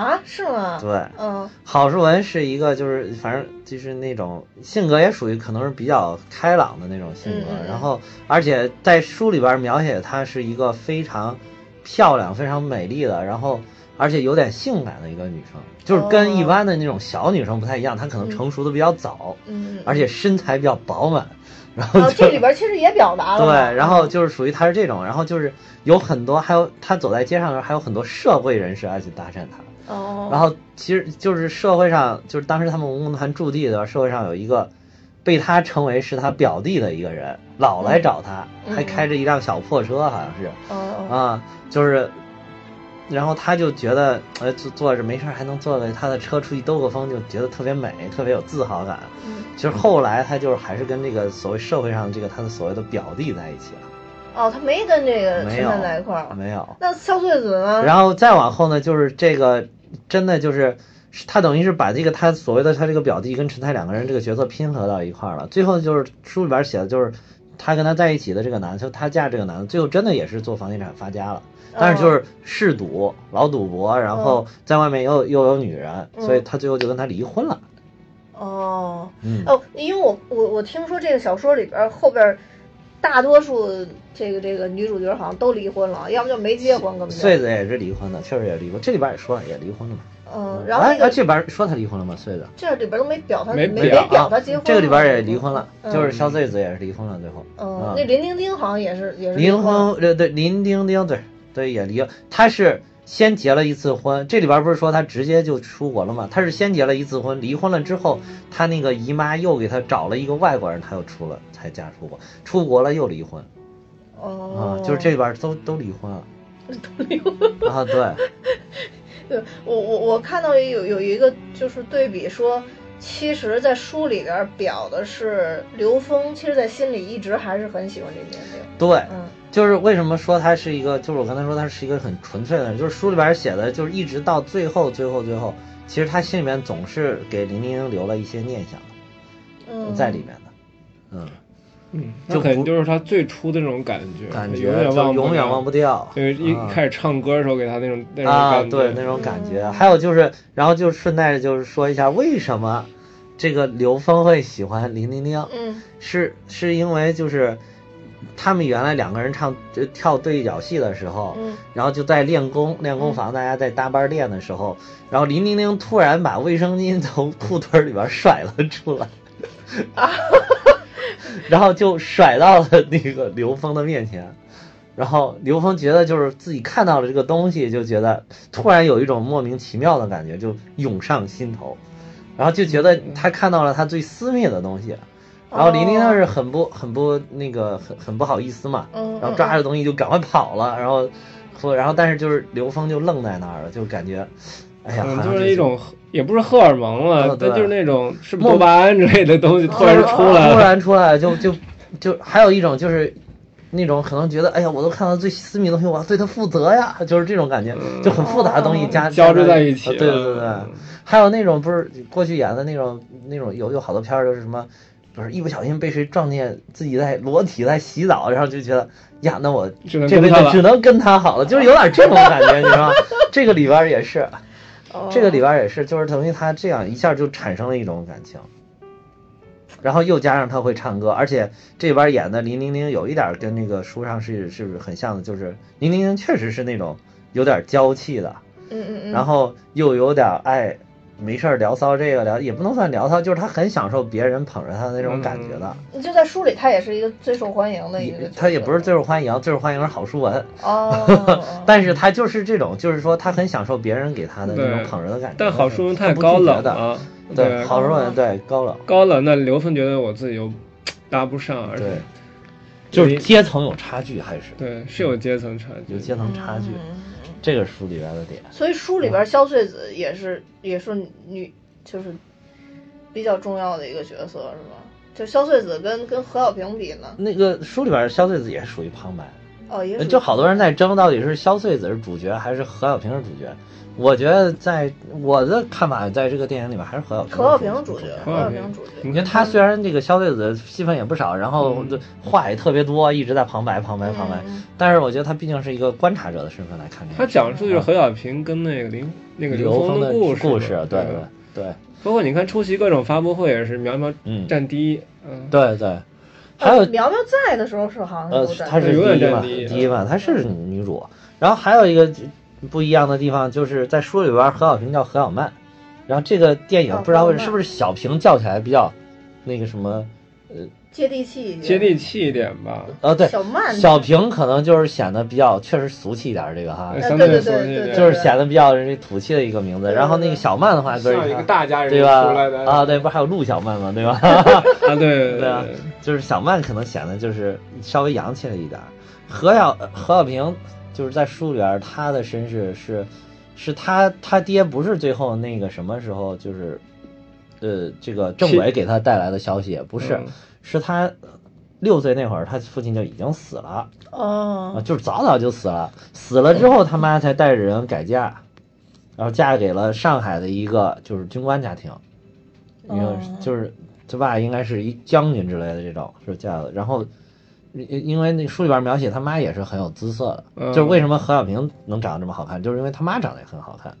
啊是吗？对。嗯郝淑文是一个，就是反正就是那种性格也属于可能是比较开朗的那种性格，嗯嗯嗯然后而且在书里边描写她是一个非常漂亮、非常美丽的，然后而且有点性感的一个女生，就是跟一般的那种小女生不太一样，她可能成熟的比较早，哦嗯，而且身材比较饱满，然后然后就这里边其实也表达了对，嘛，然后就是属于她是这种，然后就是有很多还有她走在街上的时候，还有很多社会人士爱去搭讪她。哦，然后其实就是社会上，就是当时他们文工团驻地的社会上有一个被他称为是他表弟的一个人，老来找他，嗯还开着一辆小破车，好像是，哦啊，就是，然后他就觉得，呃，坐坐着没事儿还能坐在他的车出去兜个风，就觉得特别美，特别有自豪感。嗯其实后来他就是还是跟这个所谓社会上这个他的所谓的表弟在一起了，哦，他没跟这个没陈有汉在一块儿，没有。那肖穗子呢？然后再往后呢，就是这个真的就是是他等于是把这个他所谓的他这个表弟跟陈泰两个人这个角色拼合到一块儿了。最后就是书里边写的就是他跟他在一起的这个男的，就他嫁这个男的，最后真的也是做房地产发家了。但是哦就是嗜赌，老赌博，然后在外面又又有女人，嗯所以他最后就跟他离婚了。哦嗯，哦，因为我我我听说这个小说里边儿后边儿大多数这个这个女主角好像都离婚了，要么就没结婚，根本就穗子也是离婚的，确实也离婚。这里边也说了，也离婚了嘛。嗯，然后那哎哎个这边说他离婚了吗？穗子啊这里边都没表他没没表表他结婚，这个里边也离婚了，嗯就是肖穗子也是离婚了，最后。嗯嗯，那林丁丁好像也是也是离婚了，婚，对对，林丁丁，对对也离了。他是先结了一次婚，这里边不是说他直接就出国了吗？他是先结了一次婚，离婚了之后，他那个姨妈又给他找了一个外国人，他又出了才嫁出国，出国了又离婚啊、哦，就是这里边都都离婚了都离婚。啊，对，对我我我看到有有一个就是对比说，其实，在书里边表的是刘峰，其实，在心里一直还是很喜欢林丁丁。对，嗯就是为什么说他是一个，就是我刚才说他是一个很纯粹的人，就是书里边写的，就是一直到最后，最后，最后，其实他心里面总是给林丁丁留了一些念想的嗯，在里面的，嗯，嗯，就那肯定不就是他最初的那种感觉，感觉永远就忘永远忘不不掉了，就是一啊开始唱歌的时候给他那种那种啊，感觉，对那种感觉。还有就是，然后就顺带着就是说一下，为什么这个刘峰会喜欢林丁丁？嗯是是因为就是他们原来两个人唱就跳对角戏的时候，嗯然后就在练功练功房，大家在搭班练的时候，然后林丁丁突然把卫生巾从裤腿里边甩了出来， 然后就甩到了那个刘峰的面前。然后刘峰觉得就是自己看到了这个东西，就觉得突然有一种莫名其妙的感觉就涌上心头，然后就觉得他看到了他最私密的东西，然后林丁当时很不很不那个很很不好意思嘛，嗯嗯然后抓着东西就赶快跑了，然后或然后但是就是刘峰就愣在那儿了，就感觉，哎呀，嗯，好像就是这一种也不是荷尔蒙了，嗯对啊但就是那种是多巴胺之类的东西突然出来突了，然出来就就就还有一种就是。那种可能觉得，哎呀，我都看到最私密的东西，我要对他负责呀，就是这种感觉，就很复杂的东西加哦交织加在一起呃对对对对嗯，还有那种不是过去演的那种那种有有好多片儿，就是什么，就是一不小心被谁撞见自己在裸体在洗澡，然后就觉得呀，那我只能这辈跟子他了只能跟他好了，就是有点这种感觉，你知道 吗？这个里边儿也是，哦这个里边儿也是，就是等于他这样一下就产生了一种感情，然后又加上他会唱歌，而且这边演的林玲玲有一点儿跟那个书上是是很像的，就是林玲玲确实是那种有点娇气的，嗯嗯嗯，然后又有点儿爱没事儿聊骚这个聊，也不能算聊骚，就是他很享受别人捧着他的那种感觉的。嗯就在书里，他也是一个最受欢迎的一个也角色，他也不是最受欢迎，最受欢迎是郝淑文，，哦 但是他就是这种，就是说他很享受别人给他的那种对捧着的感觉。但好书人太他不高拒绝冷的了，对，好高说冷对高冷，高冷，那刘峰觉得我自己又搭不上，而且对，就是有一阶层有差距，还是对是有阶层差距有，阶层差距，这个书里边的点。嗯所以书里边萧穗子也是也是女，就是比较重要的一个角色，是吧？就萧穗子跟跟何小平比呢，嗯那个书里边萧穗子也属于旁白，哦，也呃是就好多人在争到底是萧穗子是主角还是何小平是主角。我觉得在我的看法，在这个电影里边还是何小平是何小平主角角，何何小小平平主角，你看他虽然这个肖穗子戏份也不少，然后话也特别多，一直在旁白旁白旁白嗯，但是我觉得他毕竟是一个观察者的身份来看这他个讲述就是何小平跟那个林那个嗯刘峰的故事故故事，对对对包括你看出席各种发布会也是苗苗嗯占第一，嗯，对对，还有哦苗苗在的时候是好像呃是，她是永第远一占嘛，第一第一嗯嘛，她是女主。然后还有一个不一样的地方，就是在书里边，何小平叫何小曼，然后这个电影哦不知道为何小曼什么是不是小平叫起来比较那个什么接地气一点，接地气一点吧。哦，对，小慢小平可能就是显得比较确实俗气一点儿，这个哈呃，哎相对对对来说对对这哦点就是显得比较土气的一个名字。对然后那个小曼的话，就是像一个大家人啊对出来的吧？啊，对，不是还有陆小曼吗？对吧？啊，对对啊，就是小曼可能显得就是稍微洋气了一点儿。何小何小平就是在书里边儿，他的身世是，是他他爹不是最后那个什么时候就是，呃，这个政委给他带来的消息，不是嗯，是他六岁那会儿，他父亲就已经死了。啊，哦，就是早早就死了，死了之后他妈才带着人改嫁，然后嫁给了上海的一个就是军官家庭，一个哦就是他爸应该是一将军之类的这种是嫁的，然后因因为那书里边描写他妈也是很有姿色的，嗯就是为什么何小平能长得这么好看，就是因为他妈长得也很好看，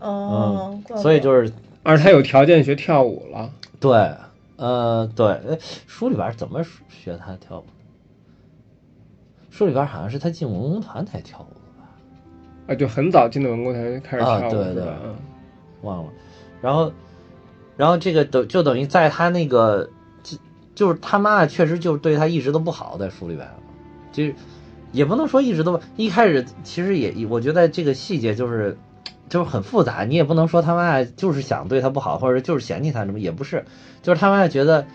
哦嗯，，所以是就是而他有条件学跳舞了，对，呃，对，哎书里边怎么学他跳舞？书里边好像是他进文工团才跳舞的吧。啊，就很早进的文工团开始啊跳舞，对是吧对忘了。然后，然后这个等就等于在他那个，就就是他妈妈确实就是对他一直都不好，在书里边，就是也不能说一直都不一开始其实也我觉得这个细节就是就是很复杂，你也不能说他妈妈就是想对他不好，或者就是嫌弃他什么，也不是，就是他妈妈觉得。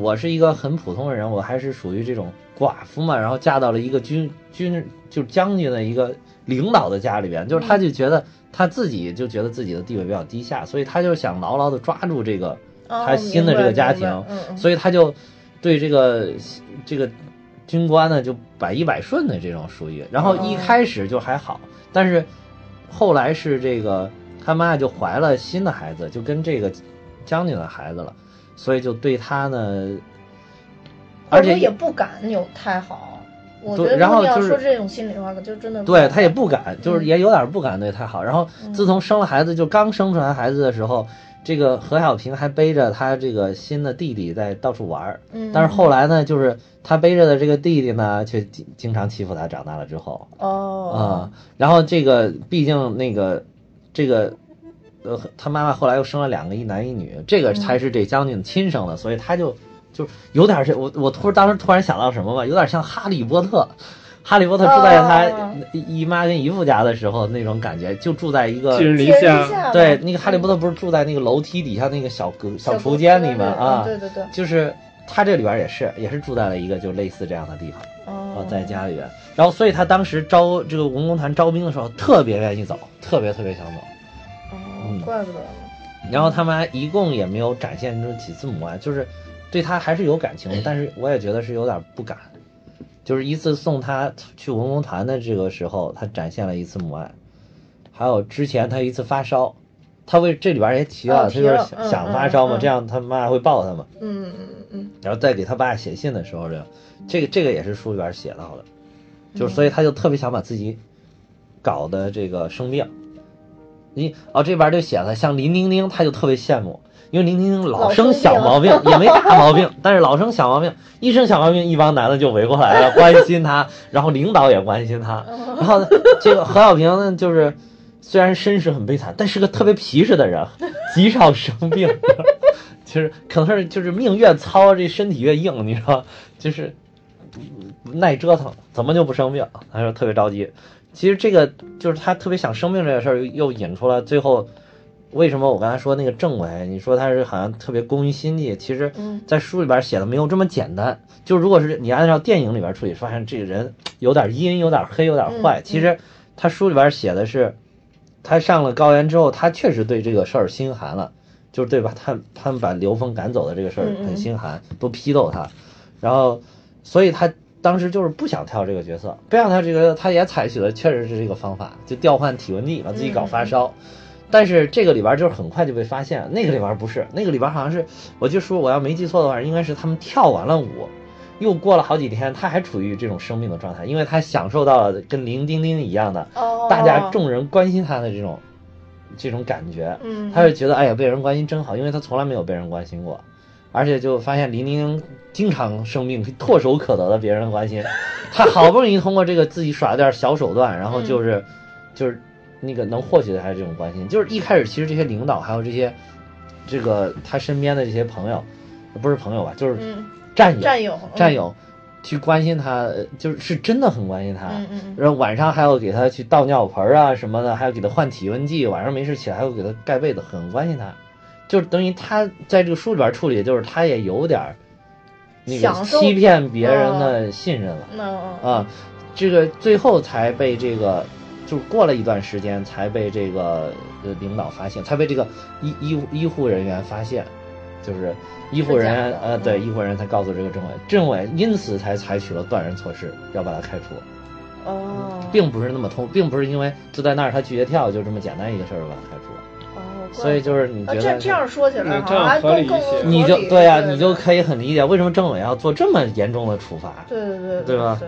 我是一个很普通的人，我还是属于这种寡妇嘛，然后嫁到了一个军军就是将军的一个领导的家里边，就是他就觉得他自己就觉得自己的地位比较低下，所以他就想牢牢的抓住这个哦他新的这个家庭，明白明白嗯嗯所以他就对这个这个军官呢就百依百顺的这种属于，然后一开始就还好，但是后来是这个他妈就怀了新的孩子，就跟这个将军的孩子了，所以就对他呢，或而者说且也不敢有太好。我觉对得，然后要就是说这种心里话，可就真的对敢他也不敢，就是也有点不敢对他好。然后自从生了孩子，就刚生出来孩子的时候，这个何小平还背着他这个新的弟弟在到处玩儿。嗯但是后来呢，就是他背着的这个弟弟呢，却经经常欺负他。长大了之后啊、哦然后这个毕竟那个这个。呃，他妈妈后来又生了两个，一男一女，这个才是这将军亲生的，所以他就就有点是，我我突然当时突然想到什么吧，有点像哈利波特，哈利波特住在他哦姨妈跟姨父家的时候那种感觉，就住在一个寄人篱寄人篱下，下对那个哈利波特不是住在那个楼梯底下那个小隔嗯小厨间里隔面间啊，嗯对对对就是他这里边也是也是住在了一个就类似这样的地方哦啊，在家里边，然后所以他当时招这个文工团招兵的时候特别愿意走，特别特别想走，嗯哦，怪不得呢。然后他妈一共也没有展现出几次母爱，就是对他还是有感情的，但是我也觉得是有点不敢。就是一次送他去文工团的这个时候，他展现了一次母爱，还有之前他一次发烧，他为这里边也提哦了，他提就是了想,、嗯想发烧嘛，嗯嗯这样他妈会抱他嘛，嗯嗯嗯然后再给他爸写信的时候，这个这个这个也是书里边写到的，就是所以他就特别想把自己搞的这个生病。你哦这边就写了，像林丁丁，他就特别羡慕，因为林丁丁老生小毛病，也没大毛病，但是老生小毛病，一生小毛病，一帮男的就围过来了，关心他，然后领导也关心 他，然后这个何小平呢，就是虽然身世很悲惨，但是个特别皮实的人，极少生病。其实可能是就是命越糙，这身体越硬，你知道吗，就是嗯耐折腾，怎么就不生病？他说特别着急。其实这个就是他特别想生病这个事儿，又又引出了最后为什么我刚才说那个政委，你说他是好像特别工于心计，其实嗯在书里边写的没有这么简单。就如果是你按照电影里边处理，发现这个人有点阴，有点黑，有点坏。嗯其实他书里边写的是，他上了高原之后，他确实对这个事儿心寒了，就是对吧？他他们把刘峰赶走的这个事儿嗯嗯很心寒，都批斗他，然后，所以他当时就是不想跳这个角色，不想跳这个角色，他也采取了确实是这个方法，就调换体温计，把自己搞发嗯烧。但是这个里边就是很快就被发现，那个里边不是，那个里边好像是，我就说我要没记错的话，应该是他们跳完了舞，又过了好几天，他还处于这种生病的状态，因为他享受到了跟林丁丁一样的，哦，大家众人关心他的这种这种感觉，嗯他就觉得哎呀被人关心真好，因为他从来没有被人关心过，而且就发现林玲经常生病，唾手可得的别人的 关心，他好不容易通过这个自己耍了点小手段，然后嗯就是、就是那个能获取的还是这种关心，就是一开始其实这些领导还有这些这个他身边的这些朋友，不是朋友吧，就是嗯战友战友嗯战友去关心他，呃就是是真的很关心他。嗯嗯嗯然后晚上还要给他去倒尿盆儿啊什么的，还要给他换体温计，晚上没事起来还要给他盖被子，很关心他。就是等于他在这个书里边处理，就是他也有点儿那个享受欺骗别人的信任了。那哦啊，这个最后才被这个，就是过了一段时间才被这个呃领导发现，才被这个医医护医护人员发现，就是医护人是假员的呃对嗯医护人员才告诉这个政委，政委因此才采取了断然措施，要把他开除，哦，嗯并不是那么通，并不是因为就在那儿他拒绝跳就这么简单一个事儿就把他开除了，哦，怪所以就是你啊觉得这这样说起来嗯好这样像还合理更更一些合你就理对呀、对你就可以很理解为什么政委要做这么严重的处罚，对对对对吧？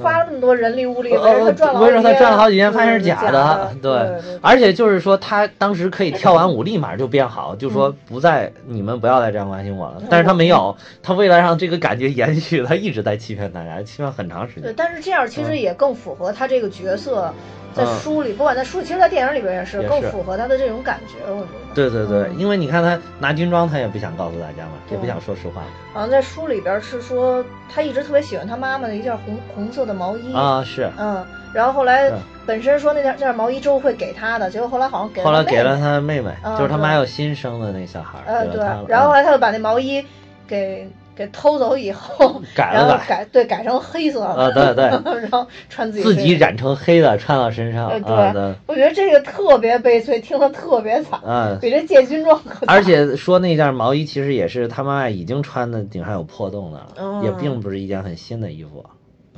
花了那么多人力物力，呃为什么赚了为什么他赚了好几天天，发现嗯是假的？对，而且就是说，他当时可以跳完舞立马就变好，就嗯说不再你们不要再这样关心我了。但是他没有，他为了让这个感觉延续，他一直在欺骗大家，欺骗很长时对，间。但是这样其实也更符合他这个角色，在嗯书里，不管在书，其实，在电影里边也是也更是符合他的这种感觉，我觉得。对对对，嗯因为你看他拿军装，他也不想告诉大家嘛，也不想说实话好像在书里边是说，他一直特别喜欢他妈妈的一件红红色的毛衣，啊。是，嗯，然后后来是本身说那件这件毛衣之后会给他的，结果后来好像给了后来妹妹给了他妹妹，嗯就是他妈对要新生的那小孩儿，呃，给对了他嗯了，然后后来他就把那毛衣给给偷走以后， 改然了后改改对改成黑色啊，的，对对， 然后穿自己自己身上。染成黑的穿到身上呃，啊对对，，我觉得这个特别悲催，听了特别惨，嗯。比这借军装可惨而且说那件毛衣其实也是他妈妈已经穿的顶上有破洞的了，嗯也并不是一件很新的衣服。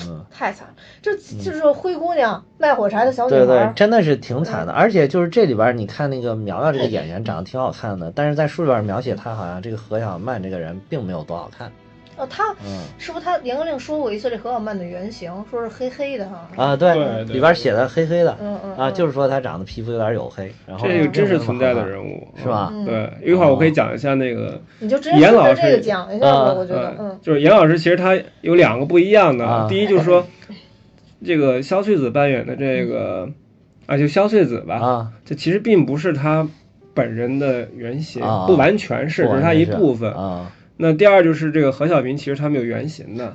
嗯， 太惨了。这就是灰姑娘卖火柴的小女对孩对儿，，嗯真的是挺惨的。而且就是这里边儿你看那个苗苗这个演员长得挺好看的，但是在书里边儿描写她好像这个何小曼这个人并没有多好看。哦，她嗯是不是她严格令说过一次这何小曼的原型，说是黑黑的哈？啊，对，对对里边儿写的黑黑的，嗯嗯啊，嗯就是说她长得皮肤有点黝黑，然后这个真实存在的物人物啊是吧？哦嗯对，一会儿我可以讲一下那个你就直接严顺着老这个师，讲一下吧，嗯我觉得，嗯，就是严老师，其实他有两个不一样的，啊第一就是说，这个萧穗子扮演的这个啊，就萧穗子吧，啊，这其实并不是他本人的原型，啊不完全是，不只完是他全一部分。啊那第二就是这个何小明，其实他们有原型的，啊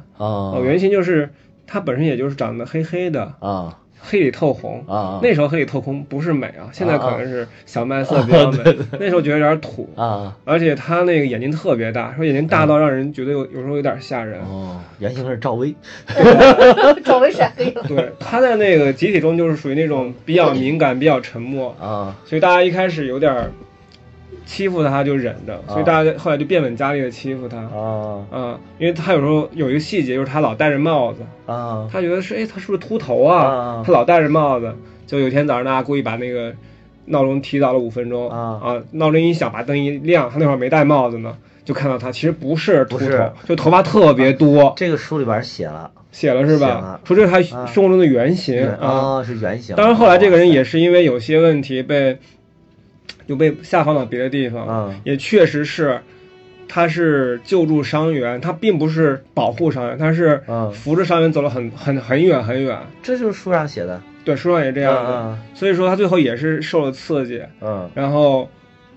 哦，原型就是他本身也就是长得黑黑的，啊黑里透红。啊那时候黑里透红不是美啊，现在可能是小麦色比 较美，那时候觉得有点土。啊而且他那个眼睛特别大，说眼睛大到让人觉得有有时候有点吓人。哦，原型是赵薇， 找为闪黑了。对，他在那个集体中就是属于那种比较敏感、比较沉默，啊所以大家一开始有点儿欺负他就忍着，所以大家后来就变本加厉的欺负他。啊、啊因为他有时候有一个细节，就是他老戴着帽子，啊他觉得是哎，他是不是秃头啊？啊他老戴着帽子，就有一天早上大家故意把那个闹钟提早了五分钟啊闹铃一响，把灯一亮，他那会儿没戴帽子呢。就看到他其实不是秃不是头，就头发特别多，这个书里边写了写了是写吧了？说这是他啊生活中的原型原啊。哦，是原型。当然，后来这个人也是是因为有些问题被又被下放到别的地方嗯，也确实是他是救助伤员，他并不是保护伤员，他是嗯扶着伤员走了很很很远很远。这就是书上写的，对，书上也这样的嗯，所以说他最后也是受了刺激，嗯，然后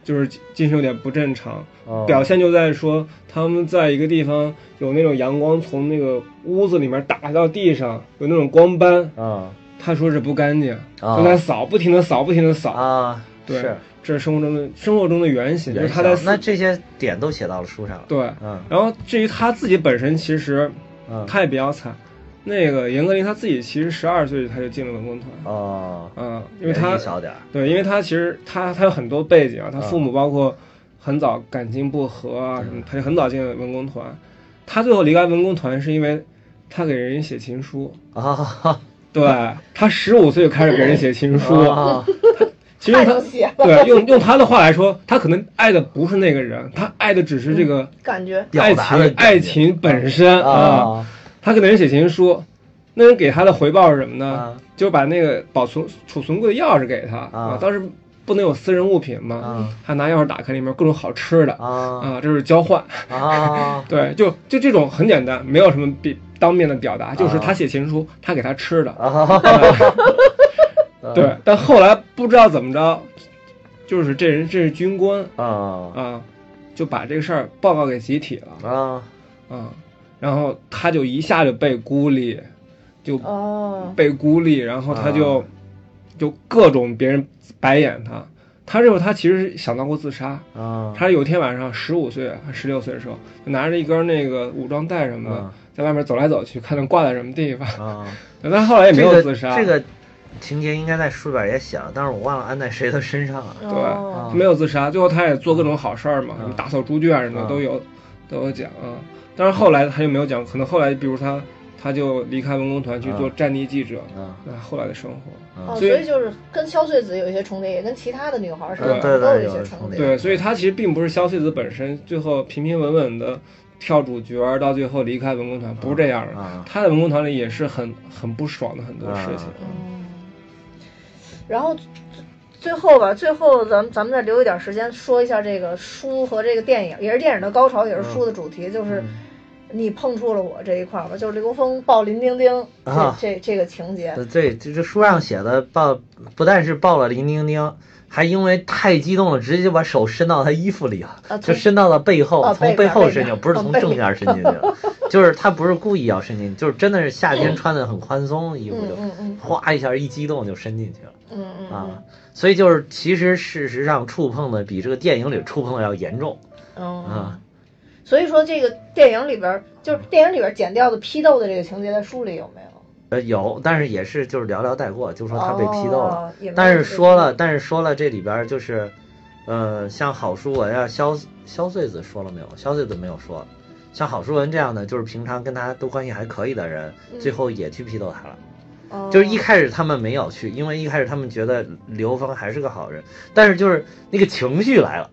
就是精神有点不正常。哦表现就在说他们在一个地方有那种阳光从那个屋子里面打到地上，有那种光斑。嗯他说是不干净，啊就在扫，不停的扫，不停的扫。啊，对是，这是生活中的生活中的原型，就是原他在型。那思这些点都写到了书上了。对。嗯然后至于他自己本身，其实嗯，他也比较惨。那个严歌苓他自己其实十二岁他就进了文工团，哦，嗯，因为原他型小点儿对，因为他其实他他有很多背景嗯啊，他父母包括很早感情不和啊什么，嗯他就很早进了文工团。他最后离开文工团是因为他给人写情书，啊，对他十五岁就开始给人写情书，啊其实太 他能写了对用用他的话来说，他可能爱的不是那个人，他爱的只是这个感觉嗯表爱达的情感觉爱情本身啊啊。他给那人写情书，那人给他的回报是什么呢啊？就把那个保存储存柜的钥匙给他啊当时不能有私人物品嘛啊，他拿钥匙打开里面各种好吃的啊啊，这是交换。啊对，就就这种很简单，没有什么比当面的表达，就是他写情书，他给他吃的。啊！ 对，但后来不知道怎么着，就是这人这是军官啊啊，就把这个事儿报告给集体了。啊嗯，然后他就一下就被孤立，就哦，被孤立，然后他就、啊就各种别人白眼他。他认为他其实想到过自杀，啊，他有一天晚上十五岁还十六岁的时候，就拿着一根那个武装带什么的，啊在外面走来走去，看能挂在什么地方。 啊，但他后来也没这有个自杀，这个情节应该在书里边也写了，但是我忘了安在谁的身上了。对、哦没有自杀。最后他也做各种好事儿嘛，啊什么打扫猪圈什么啊的都有、都有讲啊。但是后来他就没有讲，可能后来比如他他就离开文工团去做啊战地记者，啊那、后来的生活。哦，啊所所以以就是跟萧穗子有一些重叠，也跟其他的女孩身上嗯都对对有一有些重重叠叠。对，所以他其实并不是萧穗子本身，最后平平稳稳的跳主角儿到最后离开文工团，不是这样的。啊他在文工团里也是很很不爽的很多事情。然后最最后吧，最后咱们咱们再留一点时间说一下这个书和这个电影，也是电影的高潮，嗯也是书的主题，就是你碰触了我这一块儿吧，就是刘峰抱林丁丁这、啊这这个情节。呃对，这这书上写的抱，不但是抱了林丁丁，还因为太激动了，直接就把手伸到他衣服里了，啊就从伸到了背后，啊从背面后背伸进，面不是啊从背正面面伸进去的， 就是他不是故意要伸进去，就是真的是夏天穿的很宽松的衣服嗯就嗯嗯哗一下一激动就伸进去了嗯嗯啊，所以就是其实事实上触碰的比这个电影里触碰的要严重嗯啊，所以说这个电影里边儿，就是电影里边儿剪掉的批斗的这个情节，在书里有没有？呃有，但是也是就是寥寥带过，就说他被批斗了。哦，也没有但是这个说了，但是说了，这里边儿就是，呃，像郝淑文啊、肖肖穗子说了没有？肖穗子没有说，像郝淑文这样的，就是平常跟他都关系还可以的人，嗯最后也去批斗他了。哦就是一开始他们没有去，因为一开始他们觉得刘峰还是个好人，但是就是那个情绪来了，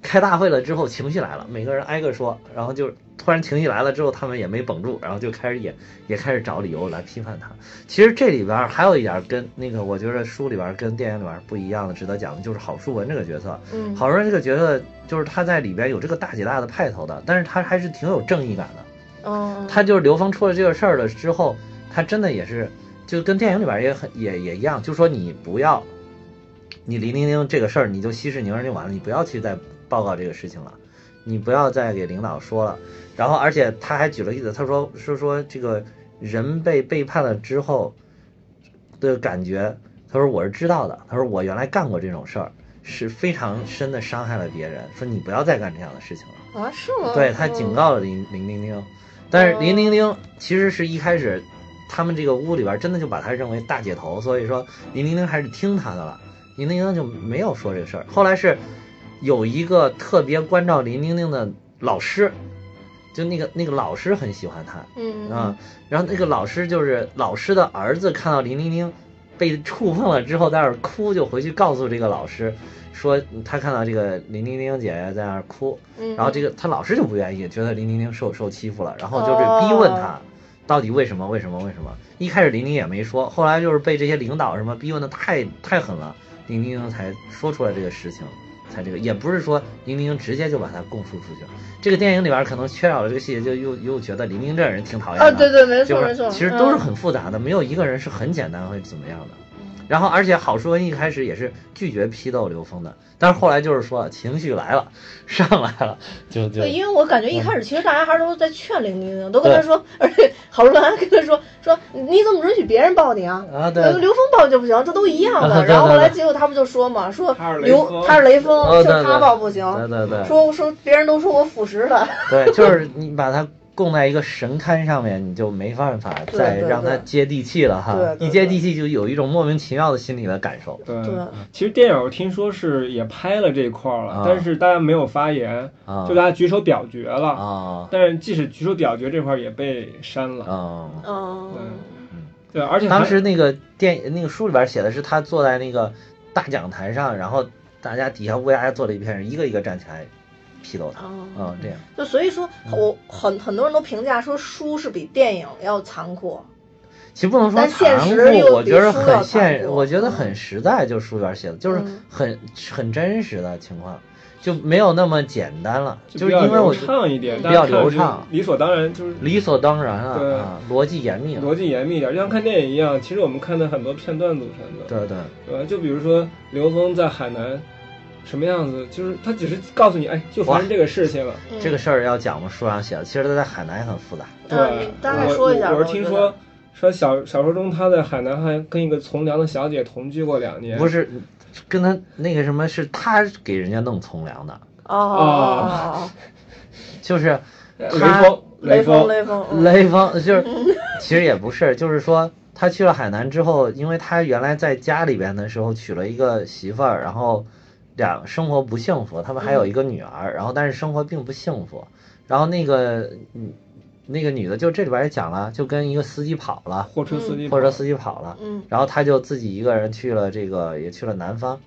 开大会了之后情绪来了，每个人挨个说，然后就是突然情绪来了之后，他们也没绷住，然后就开始也也开始找理由来批判他。其实这里边儿还有一点儿跟那个，我觉得书里边儿跟电影里边儿不一样的，值得讲的就是郝淑文这个角色。嗯郝淑文这个角色就是他在里边有这个大姐大的派头的，但是他还是挺有正义感的。嗯他就是刘峰出了这个事儿了之后，他真的也是就跟电影里边也很也也一样，就说你不要，你林玲玲这个事儿你就息事宁人就完了，你不要去再报告这个事情了，你不要再给领导说了。然后而且他还举了例子，他说是说这个人被背叛了之后的感觉，他说我是知道的，他说我原来干过这种事儿。是非常深的伤害了别人，说你不要再干这样的事情了。啊是吗？对他警告了林林玲玲，但是林玲玲其实是一开始他们这个屋里边真的就把她认为大姐头，所以说林玲玲还是听她的了，林玲玲就没有说这事儿。后来是有一个特别关照林玲玲的老师，就那个那个老师很喜欢她，嗯嗯啊，然后那个老师就是老师的儿子看到林玲玲被触碰了之后在那儿哭，就回去告诉这个老师说他看到这个林玲玲姐姐在那儿哭，嗯然后这个他老师就不愿意，觉得林玲玲受受欺负了，然后哦就是逼问他到底为什么为什么为什么。一开始林玲也没说，后来就是被这些领导什么逼问的太太狠了，林玲玲才说出来这个事情。才这个也不是说林玲直接就把他供述出去了，这个电影里边可能缺少了这个细节，就又又觉得林玲这人挺讨厌的。啊对对没就错是没错，其实都是嗯很复杂的，没有一个人是很简单会怎么样的。然后，而且郝淑文一开始也是拒绝批斗刘峰的，但是后来就是说情绪来了，上来了，就就对，因为我感觉一开始其实大家还是都在劝林丁丁，都跟他嗯对说，而且郝淑兰还跟他说说你怎么允许别人抱你啊？啊对呃刘峰抱就不行，这都一样啊的。对然后对后来对结果他不就说嘛，说他是雷刘锋他是雷哦锋，对就对他抱不行。对对对说说别人都说我腐蚀了，对，就是你把他供在一个神龛上面，你就没办法对再对让他对接地气了哈。对对一接地气就有一种莫名其妙的心理的感受。对对，其实电影我听说是也拍了这一块儿了，啊但是大家没有发言，啊就大家举手表决了。啊但是即使举手表决这块儿也被删了。啊！嗯对，对，而且还当时那个电那个书里边写的是他坐在那个大讲台上，然后大家底下乌鸦坐了一片人，一个一个站起来批斗他。哦嗯，这样就所以说我很很多人都评价说书是比电影要残酷，其实不能说但现残酷实又，我比觉得书要很现，残酷我觉得很实在，就书里边写的，就是嗯很很真实的情况，就没有那么简单了。就比是较因为我流觉得畅一点，比大家较看流就畅理所当然就是理所当然对了啊，逻辑严密了逻。辑严密一点，就像看电影一样。嗯其实我们看的很多片段组成的。对对，呃，就比如说刘峰在海南什么样子，就是他只是告诉你，哎，就发生这个事情了。这个事儿要讲吗？书上写的，其实它在海南也很复杂。对，嗯你大概说一下吧我我我是觉听得说说小小说中他在海南还跟一个从良的小姐同居过两年。不是，跟他那个什么是他给人家弄从良的，哦啊哦就是雷他锋，雷锋，雷锋，嗯雷锋就是， 其实也不是，就是说他去了海南之后，因为他原来在家里边的时候娶了一个媳妇儿，然后俩生活不幸福，他们还有一个女儿，然后但是生活并不幸福，然后那个嗯那个女的就这里边也讲了，就跟一个司机跑了，货车司机，或者司机跑了，嗯然后他就自己一个人去了这个，也去了南方，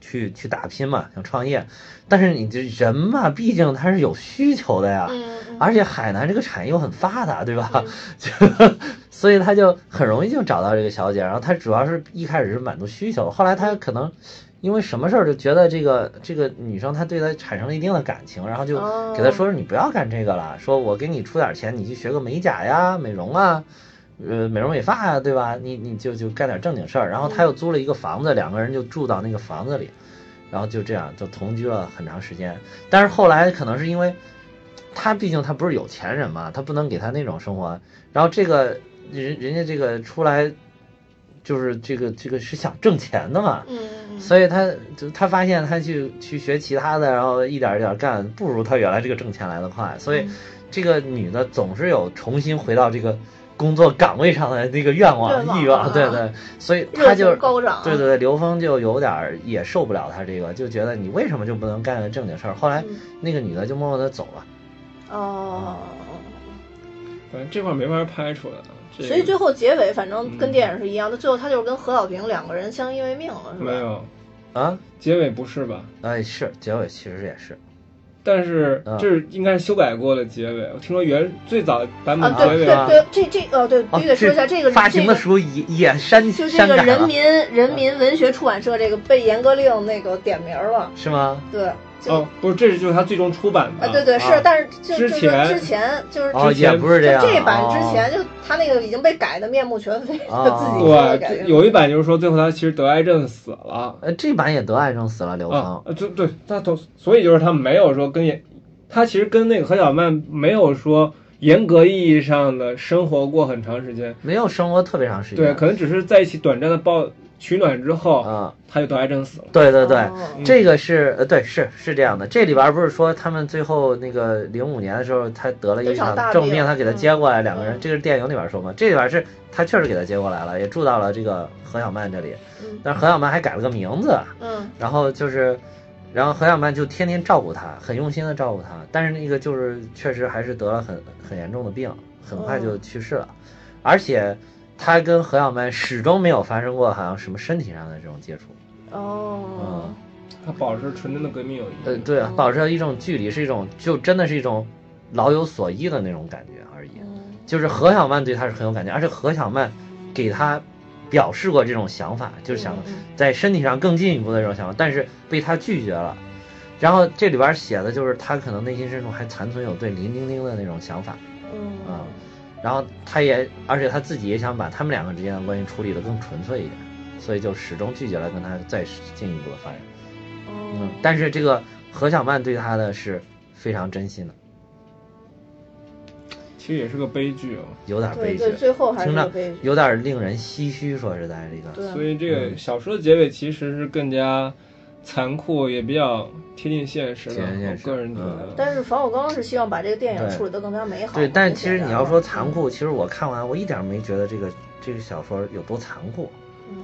去去打拼嘛，想创业。但是你这人嘛，毕竟他是有需求的呀，嗯啊而且海南这个产业又很发达，对吧？ 就所以他就很容易就找到这个小姐。然后他主要是一开始是满足需求，后来他可能。因为什么事儿就觉得这个这个女生她对他产生了一定的感情，然后就哦给他说说你不要干这个了，说我给你出点钱，你去学个美甲呀、美容啊，呃美容美发啊，对吧？你你就就干点正经事儿。然后他又租了一个房子，两个人就住到那个房子里，然后就这样就同居了很长时间。但是后来可能是因为他毕竟他不是有钱人嘛，他不能给他那种生活。然后这个人人家这个出来就是这个这个是想挣钱的嘛，嗯所以他就他发现他去去学其他的，然后一点儿一点儿干，不如他原来这个挣钱来的快。所以这个女的总是有重新回到这个工作岗位上的那个愿愿望望、欲望，啊对对。所以他热就情高涨啊对对对，刘峰就有点儿也受不了他这个，就觉得你为什么就不能干个正经事儿？后来嗯那个女的就默默的走了。哦。反正这块儿没法拍出来啊。这个嗯所以最后结尾反正跟电影是一样的，最后他就是跟何小平两个人相依为命了，是吧？没有啊，结尾不是吧？哎，是结尾其实也是，但是嗯这是应该是修改过的结尾。我听说原最早版啊，本结对尾对啊，对，这这哦对，必哦须得说一下这个发行的这个时候也也删就这删个改人了，民人民文学出版社这个被严歌苓那个点名了，是吗？对，就、哦，不是，这是就是它最终出版的啊对对、啊是，但是就就之是前之前就是哦，之前也不是就样。这版之哦前就他那个已经被改的面目全非，哦他 自己说的改对，。有一版就是说最后他其实得癌症死了呃，这版也得癌症死了，刘啊峰。，呃对对，他同所以就是他没有说跟严，他其实跟那个何小曼没有说严格意义上的生活过很长时间，没有生活特别长时间。对，可能只是在一起短暂的抱取暖之后，啊、他就得癌症死了。对对对，哦嗯这个是呃，对是是这样的。这里边不是说他们最后那个零五年的时候，他得了一一场场大重病病，他给他嗯接过来，两个人，嗯这个是电影里边说嘛。这里边是他确实给他接过来了，也住到了这个何小曼这里，嗯但是何小曼还改了个名字，嗯然后就是。然后何小曼就天天照顾他，很用心的照顾他，但是那个就是确实还是得了很很严重的病，很快就去世了，而且他跟何小曼始终没有发生过好像什么身体上的这种接触，哦嗯，他保持纯真的革命友谊。呃，对啊，保持了一种距离，是一种就真的是一种老有所依的那种感觉而已。嗯就是何小曼对他是很有感觉，而且何小曼给他表示过这种想法，就嗯是想在身体上更进一步的这种想法，但是被他拒绝了。然后这里边写的就是他可能内心深处还残存有对林丁丁的那种想法啊、嗯然后他也，而且他自己也想把他们两个之间的关系处理得更纯粹一点，所以就始终拒绝了跟他再进一步的发展。嗯哦，但是这个何小曼对他的是非常真心的，其实也是个悲剧啊。有点对悲剧，对，最后还是听个着悲剧。有点令人唏嘘。说实在，这个对所以这嗯个小说的结尾其实是更加残酷，也比较贴近现实的。贴近现我实个人觉得嗯，但是冯小刚是希望把这个电影对处理得更加美好。对，但是其实更你加要说完残酷，其实我看完我一点没觉得这个这个小说有多残酷，嗯，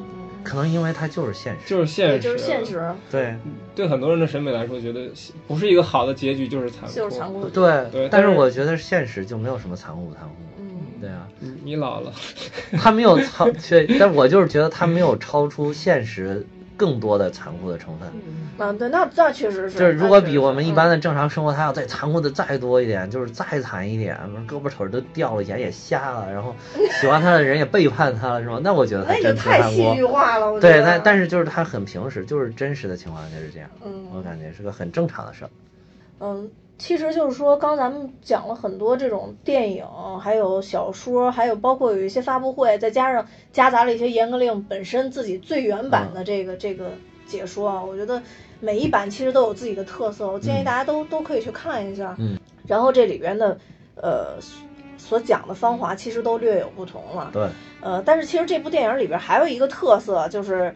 可能因为它就是现实。对，就是嗯现实，啊就是现。实，啊对对很多人的审美来说，觉得不是一个好的结局就是残酷。就是残酷。对对，但但是是我觉得现实就没有什么残酷不残酷。嗯对啊，你你老了，他没有超，对，但我就是觉得他没有超出现实更多的残酷的成分。啊，对，那那确实是。嗯就是如果比我们一般的，的正常生活，他要再残酷的再多一点，就是再惨一点，胳膊腿儿都掉了，眼也瞎了，然后喜欢他的人也背叛他了，是吗？那我觉得嗯那他也真不太残戏酷啊剧。化了。我觉对，得但但是就是他很平时，就是真实的情况下就是这样，我嗯感觉是个很正常的事儿。嗯，其实就是说，刚咱们讲了很多这种电影，还有小说，还有包括有一些发布会，再加上夹杂了一些严歌苓本身自己最原版的这个、这个解说啊，我觉得每一版其实都有自己的特色，我建议大家都、都可以去看一下。嗯，然后这里边的呃所讲的芳华其实都略有不同了。对，呃，但是其实这部电影里边还有一个特色就是。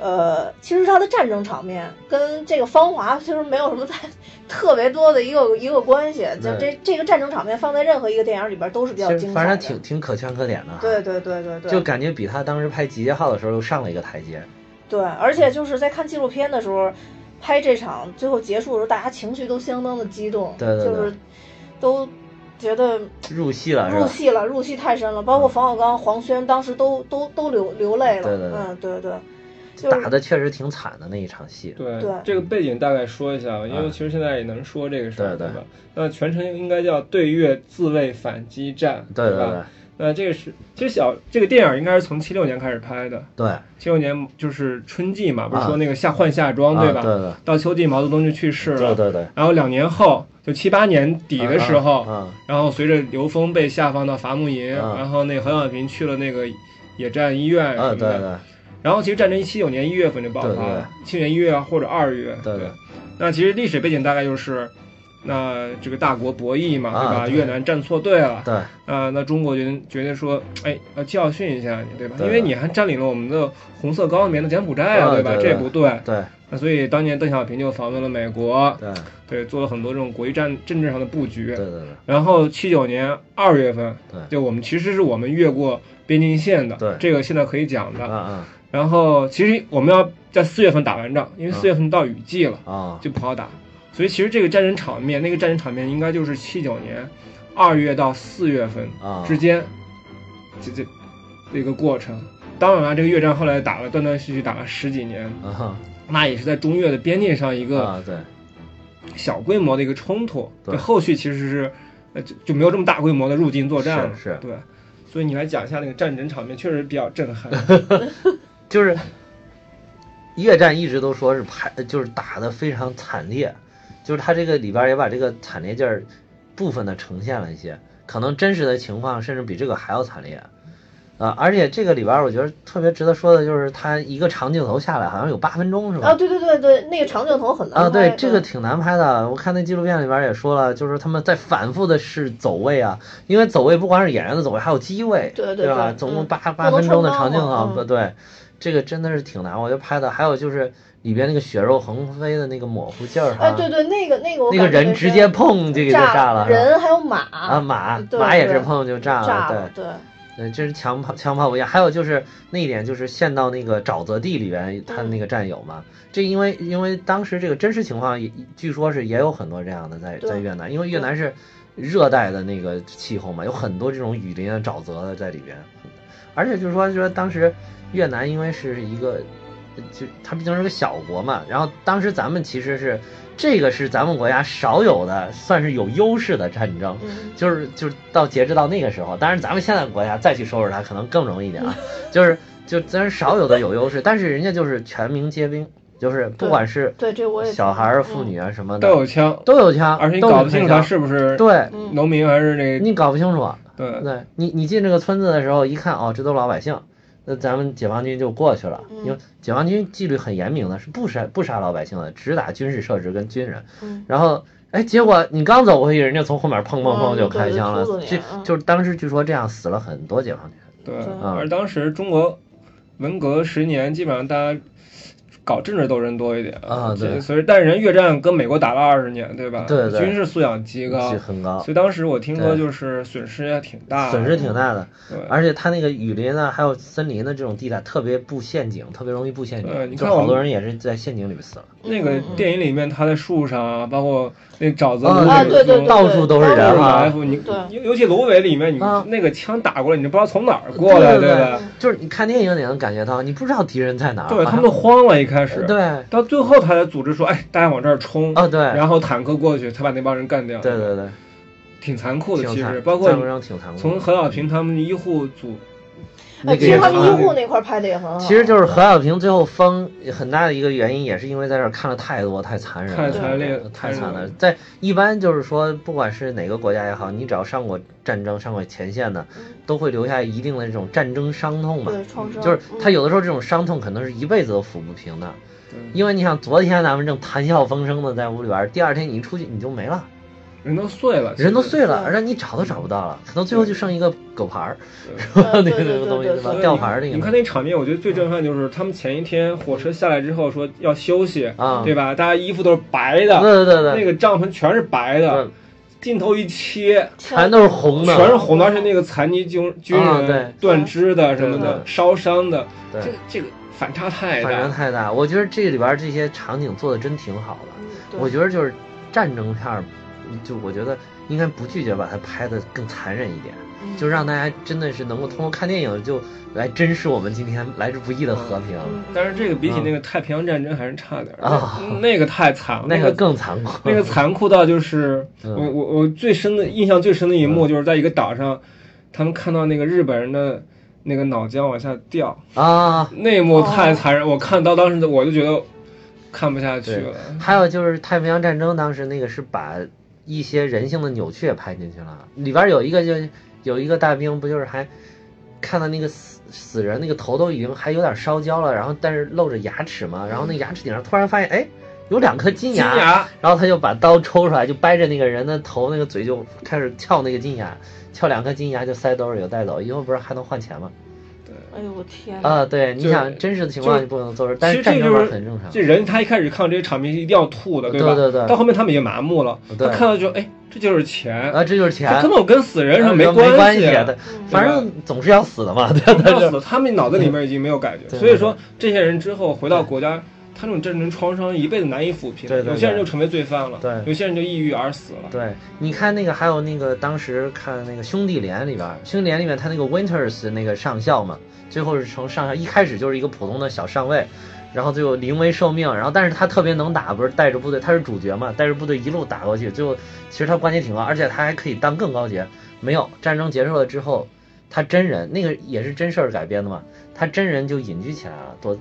呃，其实它的战争场面跟这个芳华其实没有什么太 特别多的一个一个关系，就对这这个战争场面放在任何一个电影里边都是比其较实精彩反的。正挺挺可圈可点的哈，对对对对对，就感觉比他当时拍《集结号》的时候又上了一个台阶。对，而且就是在看纪录片的时候，拍这场最后结束的时候，大家情绪都相当的激动，对对对就是都觉得入戏了是入吧？戏了，入戏太深了。包括冯小刚、黄轩当时都都都流流泪了。嗯对对对嗯，对对，就打是的确实挺惨的那一场戏。对对这个背景大概说一下吧，因为嗯其实现在也能说这个事儿，对对吧？那全程应该叫对越自卫反击战，对对吧？对那这个是其实小这个电影应该是从七六年开始拍的，对，七六年就是春季嘛，不是啊说那个夏换夏装、啊对吧？对对到秋季毛泽东就去世了，对对对，然后两年后就七八年底的时候，啊啊然后随着刘峰被下放到伐木营，啊然后那何小平去了那个野战医院啊哎什么对的，对然后其实战争七九年一月份就爆发了，七九年一月或者二月。对对那其实历史背景大概就是，那这个大国博弈嘛，啊对吧？对越南站错队了，对啊、那中国决定决定说，哎，要教训一下你，对吧？对因为你还占领了我们的红色高棉的柬埔寨啊，啊对吧？对这对也不对。对那所以当年邓小平就访问了美国，对对，做了很多这种国际战政治上的布局。对对然后七九年二月份，对就我们其实是我们越过边境线的，对这个现在可以讲的对，。啊然后其实我们要在四月份打完仗，因为四月份到雨季了啊，啊，就不好打。所以其实这个战争场面，那个战争场面应该就是七九年二月到四月份啊之间，这这这个过程。当然了，这个越战后来打了断断续续打了十几年，啊那也是在中越的边境上一个啊对小规模的一个冲突。对就后续其实是呃就就没有这么大规模的入境作战了。是是对。所以你来讲一下那个战争场面，确实比较震 撼。就是越战一直都说是排，就是打的非常惨烈，就是他这个里边也把这个惨烈劲儿部分的呈现了一些，可能真实的情况甚至比这个还要惨烈。啊，而且这个里边儿我觉得特别值得说的就是，他一个长镜头下来好像有八分钟是吧？啊，对对对对，那个长镜头很难啊，对拍，嗯这个挺难拍的。我看那纪录片里边也说了，就是他们在反复的试走位啊，因为走位不光是演员的走位，还有机位，对对对吧？对总共嗯八不八分能钟的穿帮长镜嘛头，不嗯对，这个真的是挺难。我觉得拍的，还有就是里边那个血肉横飞的那个模糊劲儿哈，哎，对对，那个那个我啊那个感觉人是直接砰就给他炸了，是吧人还有马啊啊马对马也是对砰就炸炸了，对对，嗯这是枪炮枪炮不一样，还有就是那一点就是陷到那个沼泽地里边，他那个嗯战友嘛，这因为因为当时这个真实情况也据说是也有很多这样的在对在越南，因为越南是热带的那个气候嘛，有很多这种雨林啊、沼泽的在里边，而且就是说就是说当时越南因为是一个就它毕竟是个小国嘛，然后当时咱们其实是这个是咱们国家少有的算是有优势的战争，嗯就是就是到截止到那个时候，当然咱们现在国家再去收拾它可能更容易一 点啊，就是就咱是少有的有优势，但是人家就是全民皆兵，就是不管是对，这我也小孩儿、嗯妇女啊什么的都有枪，都有枪，而且你都有搞不清楚他枪是不是对，嗯农民还是那个你搞不清楚，对对你，你进这个村子的时候，一看哦，这都老百姓，那咱们解放军就过去了。嗯因为解放军纪律很严明的，是不杀不杀老百姓的，只打军事设施跟军人。嗯然后，哎，结果你刚走过去，人家从后面砰砰砰嗯就对开就枪了突突，你这嗯就是当时据说这样死了很多解放军。对嗯，啊而当时中国文革十年，基本上大家搞政治斗争多一点啊对所以但是人越战跟美国打了二十年，对吧？对对军事素养极高是，很高所以当时我听说对就是损失也挺大的，损失挺大的，啊嗯对。而且它那个雨林啊，还有森林的这种地带特别布陷阱，特别容易布陷对阱，你就看我好多们人也是在陷阱里面死了。那个电影里面，他在树上啊，包括那沼泽啊路啊，那对种对对，到处都是对人就是啊埋伏，你对尤尤其芦苇里面，你啊那个枪打过来，你就不知道从哪儿过来，对吧？就是你看电影也能感觉到，你不知道敌人在哪儿。对好他像们都慌了，一开始。啊对到最后他才组织说，哎，大家往这儿冲哦对然后坦克过去，才把那帮人干掉。对，对对，挺残酷的，挺其残实包括战你争挺残酷的。从何小平他们医护组哎那个其实也他们看医了护那块儿拍的也很好。其实就是何小平最后疯，很大的一个原因也是因为在这儿看了太多太残忍了，太惨烈了太惨太了惨了。在一般就是说，不管是哪个国家也好，你只要上过战争、上过前线的，都会留下一定的这种战争伤痛嘛。嗯对创伤，就是他嗯有的时候这种伤痛可能是一辈子都抚不平的，对，因为你想昨天咱们正谈笑风生的在屋里边，第二天你一出去你就没了，人都碎了，人都碎了，对而且你找都找不到了，可能最后就剩一个狗牌儿，对是吧？那对对个对那个东西对对吧对？对吊牌儿那个。你看那场面，我觉得最震撼就是他们前一天火车下来之后说要休息，啊对吧？大家衣服都是白的，对对对对那个帐篷全是白的嗯，镜头一切。全都是红的，全是红的，而且那个残疾军军啊人对断肢的什么对的对，烧伤的，对这个这个反差太反正大。太大。我觉得这里边这些场景做的真挺好的。嗯对我觉得就是战争片儿，就我觉得应该不拒绝把它拍的更残忍一点，嗯嗯就让大家真的是能够通过看电影就来珍视我们今天来之不易的和平。但是这个比起那个太平洋战争还是差点儿，嗯啊那那个太惨了，那个更残酷，嗯那个残酷到就是我嗯我我最深的印象最深的一幕就是在一个岛上，他们看到那个日本人的那个脑浆往下掉，啊。那一幕太残忍，我看到当时我就觉得看不下去对了。，还有就是太平洋战争，当时那个是把一些人性的扭曲也拍进去了。里边有一个就有一个大兵，不就是还看到那个死死人那个头都已经还有点烧焦了，然后但是露着牙齿嘛，然后那牙齿顶上突然发现哎有两颗金金牙 然后他就把刀抽出来，就掰着那个人的头，那个嘴就开始撬那个金牙，撬两颗金牙就塞兜里就带走，以后不是还能换钱吗？哎呦我天哪啊，对，你就想真实的情况就你不能做出，但是其实这战个争就是片很正常。这人他一开始看到这些场面是一定要吐的，吧？对对对到后面他们已经麻木了，对他看到就哎，这就是钱，啊，这就是钱，他根本跟死人是啊没关系啊对反正总是要死的嘛，对 他们对要对死，他们脑子里面已经没有感觉，对所以说这些人之后回到国家，他这种战争创伤一辈子难以抚平。对对对有些人就成为罪犯了，对有些人就抑郁而死了。对。你看那个，还有那个当时看那个《兄弟连》里边儿，《兄弟连》里面他那个 Winters 那个上校嘛，最后是从上校一开始就是一个普通的小上尉，然后最后临危受命，然后但是他特别能打，不是带着部队，他是主角嘛，带着部队一路打过去，最后其实他关节挺高，而且他还可以当更高级。没有战争结束了之后，他真人那个也是真事儿改编的嘛，他真人就隐居起来了，躲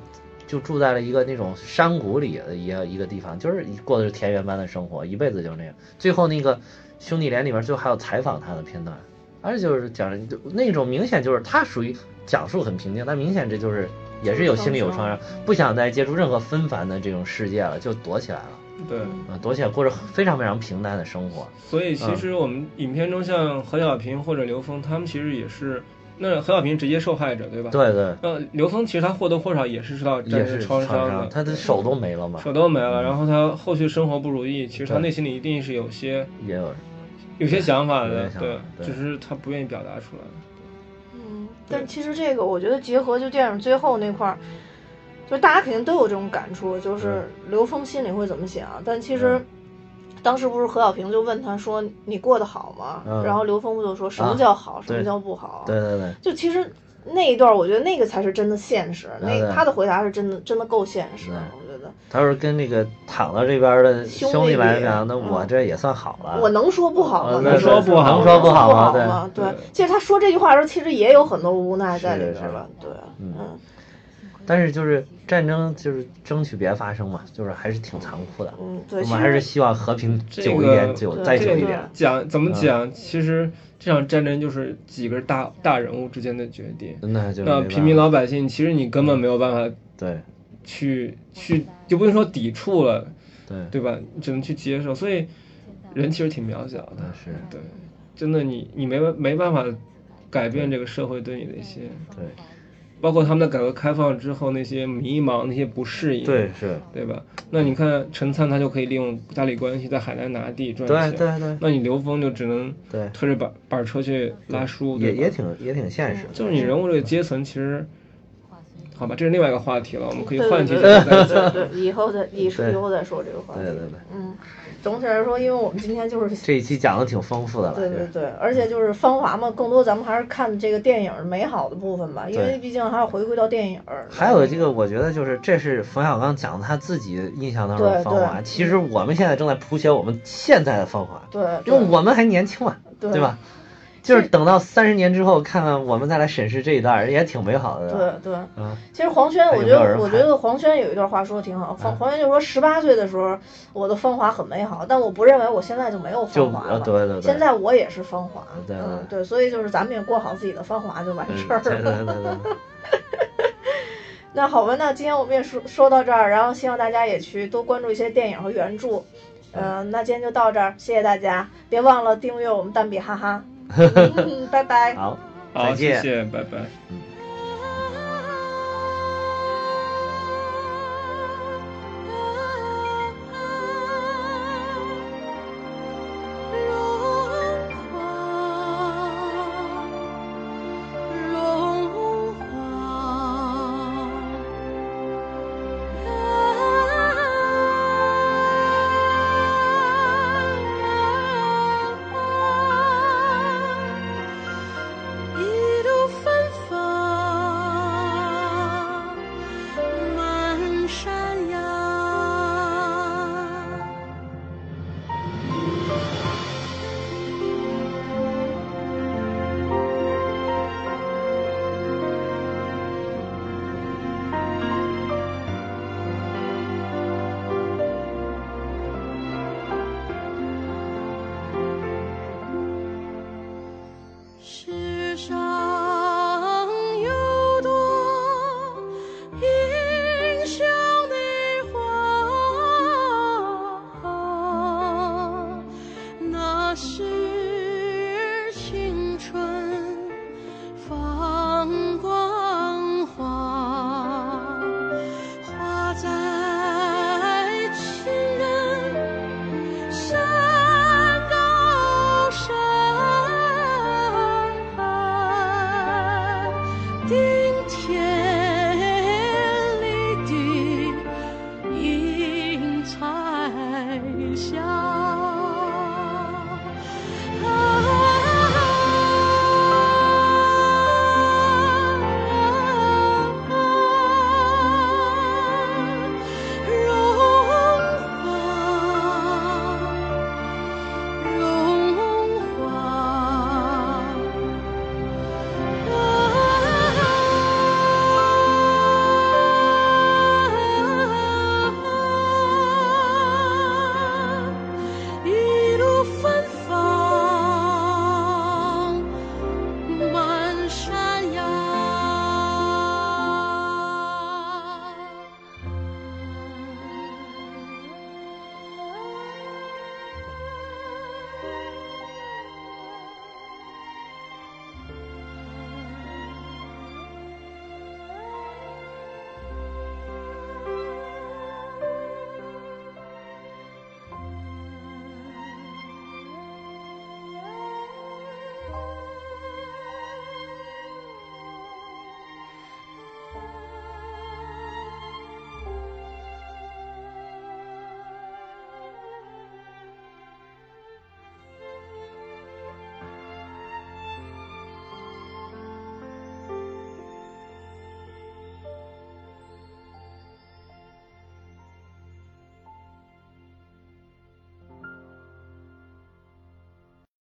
就住在了一个那种山谷里的一个一个地方，就是过的是田园般的生活，一辈子就是那样。最后那个兄弟连里面最后还有采访他的片段，而且就是讲就那种明显就是他属于讲述很平静，但明显这就是也是有心理有创伤，不想再接触任何纷繁的这种世界了，就躲起来了。对，啊，躲起来过着非常非常平淡的生活。所以嗯其实我们影片中像何小平或者刘峰，他们其实也是，那何小平直接受害者对吧？。对对，呃，刘峰其实他或多或少也是受到战也是争创伤的，他的手都没了嘛，嗯手都没了，然后他后续生活不如意，其实他对内心里一定是有些也有有些想法有的些，想法对对，只是他不愿意表达出来。嗯，但其实这个我觉得结合就电影最后那块儿，就大家肯定都有这种感触，就是刘峰心里会怎么想。但其实嗯当时不是何小平就问他说：“你过得好吗？”嗯然后刘峰不就说：“什啊么叫好，什对么叫不好？”对对对，就其实那一段，我觉得那个才是真的现实。那对他的回答是真的，真的够现实。对我觉得他说跟那个躺到这边的兄兄弟弟来比讲，那嗯我这也算好了。我能说不好吗？啊呃能说不好能能说说不不好吗吗？对对，其实他说这句话的时候，其实也有很多无奈在里是边是了。对，嗯嗯但是就是战争，就是争取别发生嘛，就是还是挺残酷的。嗯，对，我其们还是实希望和平这久一个点，久对再嗯这久个一点。讲怎么讲？其实这场战争就是几个大大人物之间的决定。那就那没啊平办民法老百姓，其实你根本没有办法对去去，就不用说抵触了，对对吧？你只能去接受。所以人其实挺渺小的那，嗯是对，真的你你没没办法改变这个社会对你的一些，对包括他们的改革开放之后那些迷茫、那些不适应，对是，对吧？那你看陈灿他就可以利用家里关系在海南拿地赚对钱，对对那你刘峰就只能对推着板板车去拉书，也对吧也挺也挺现实的。就是你人物这个阶层其实，好吧，这是另外一个话题了，我们可以对换对题对再再 讲。对对，以后再以对以后再说这个话题。对对对，嗯，总体来说，因为我们今天就是这一期讲的挺丰富的了。对就对是对，而且就是芳华嘛，更多咱们还是看这个电影美好的部分吧，因为对毕竟还要回归到电影儿。还有这个，我觉得就是这是冯小刚讲他自己印象当中对的芳华。对其实我们现在正在谱写我们现在的芳华，对，因为我们还年轻嘛，对对吧？就是等到三十年之后，看看我们再来审视这一段，也挺美好的。对对，嗯，其实黄轩，还有嗯我觉没有人得我拍觉得黄轩有一段话说的挺好，黄黄轩就说十八岁的时候我的芳华很美好，但我不认为我现在就没有就芳华了。呃对对对，现在我也是芳华，对对嗯对，所以就是咱们也过好自己的芳华就完嗯事儿对了。对对对，那好吧，那今天我们也说说到这儿，然后希望大家也去多关注一些电影和原著。呃，那今天就到这儿，谢谢大家，别忘了订阅我们蛋比哈哈，嗯拜拜。好，好，再谢见。谢，拜拜。融化，一路芬芳满山崖。是。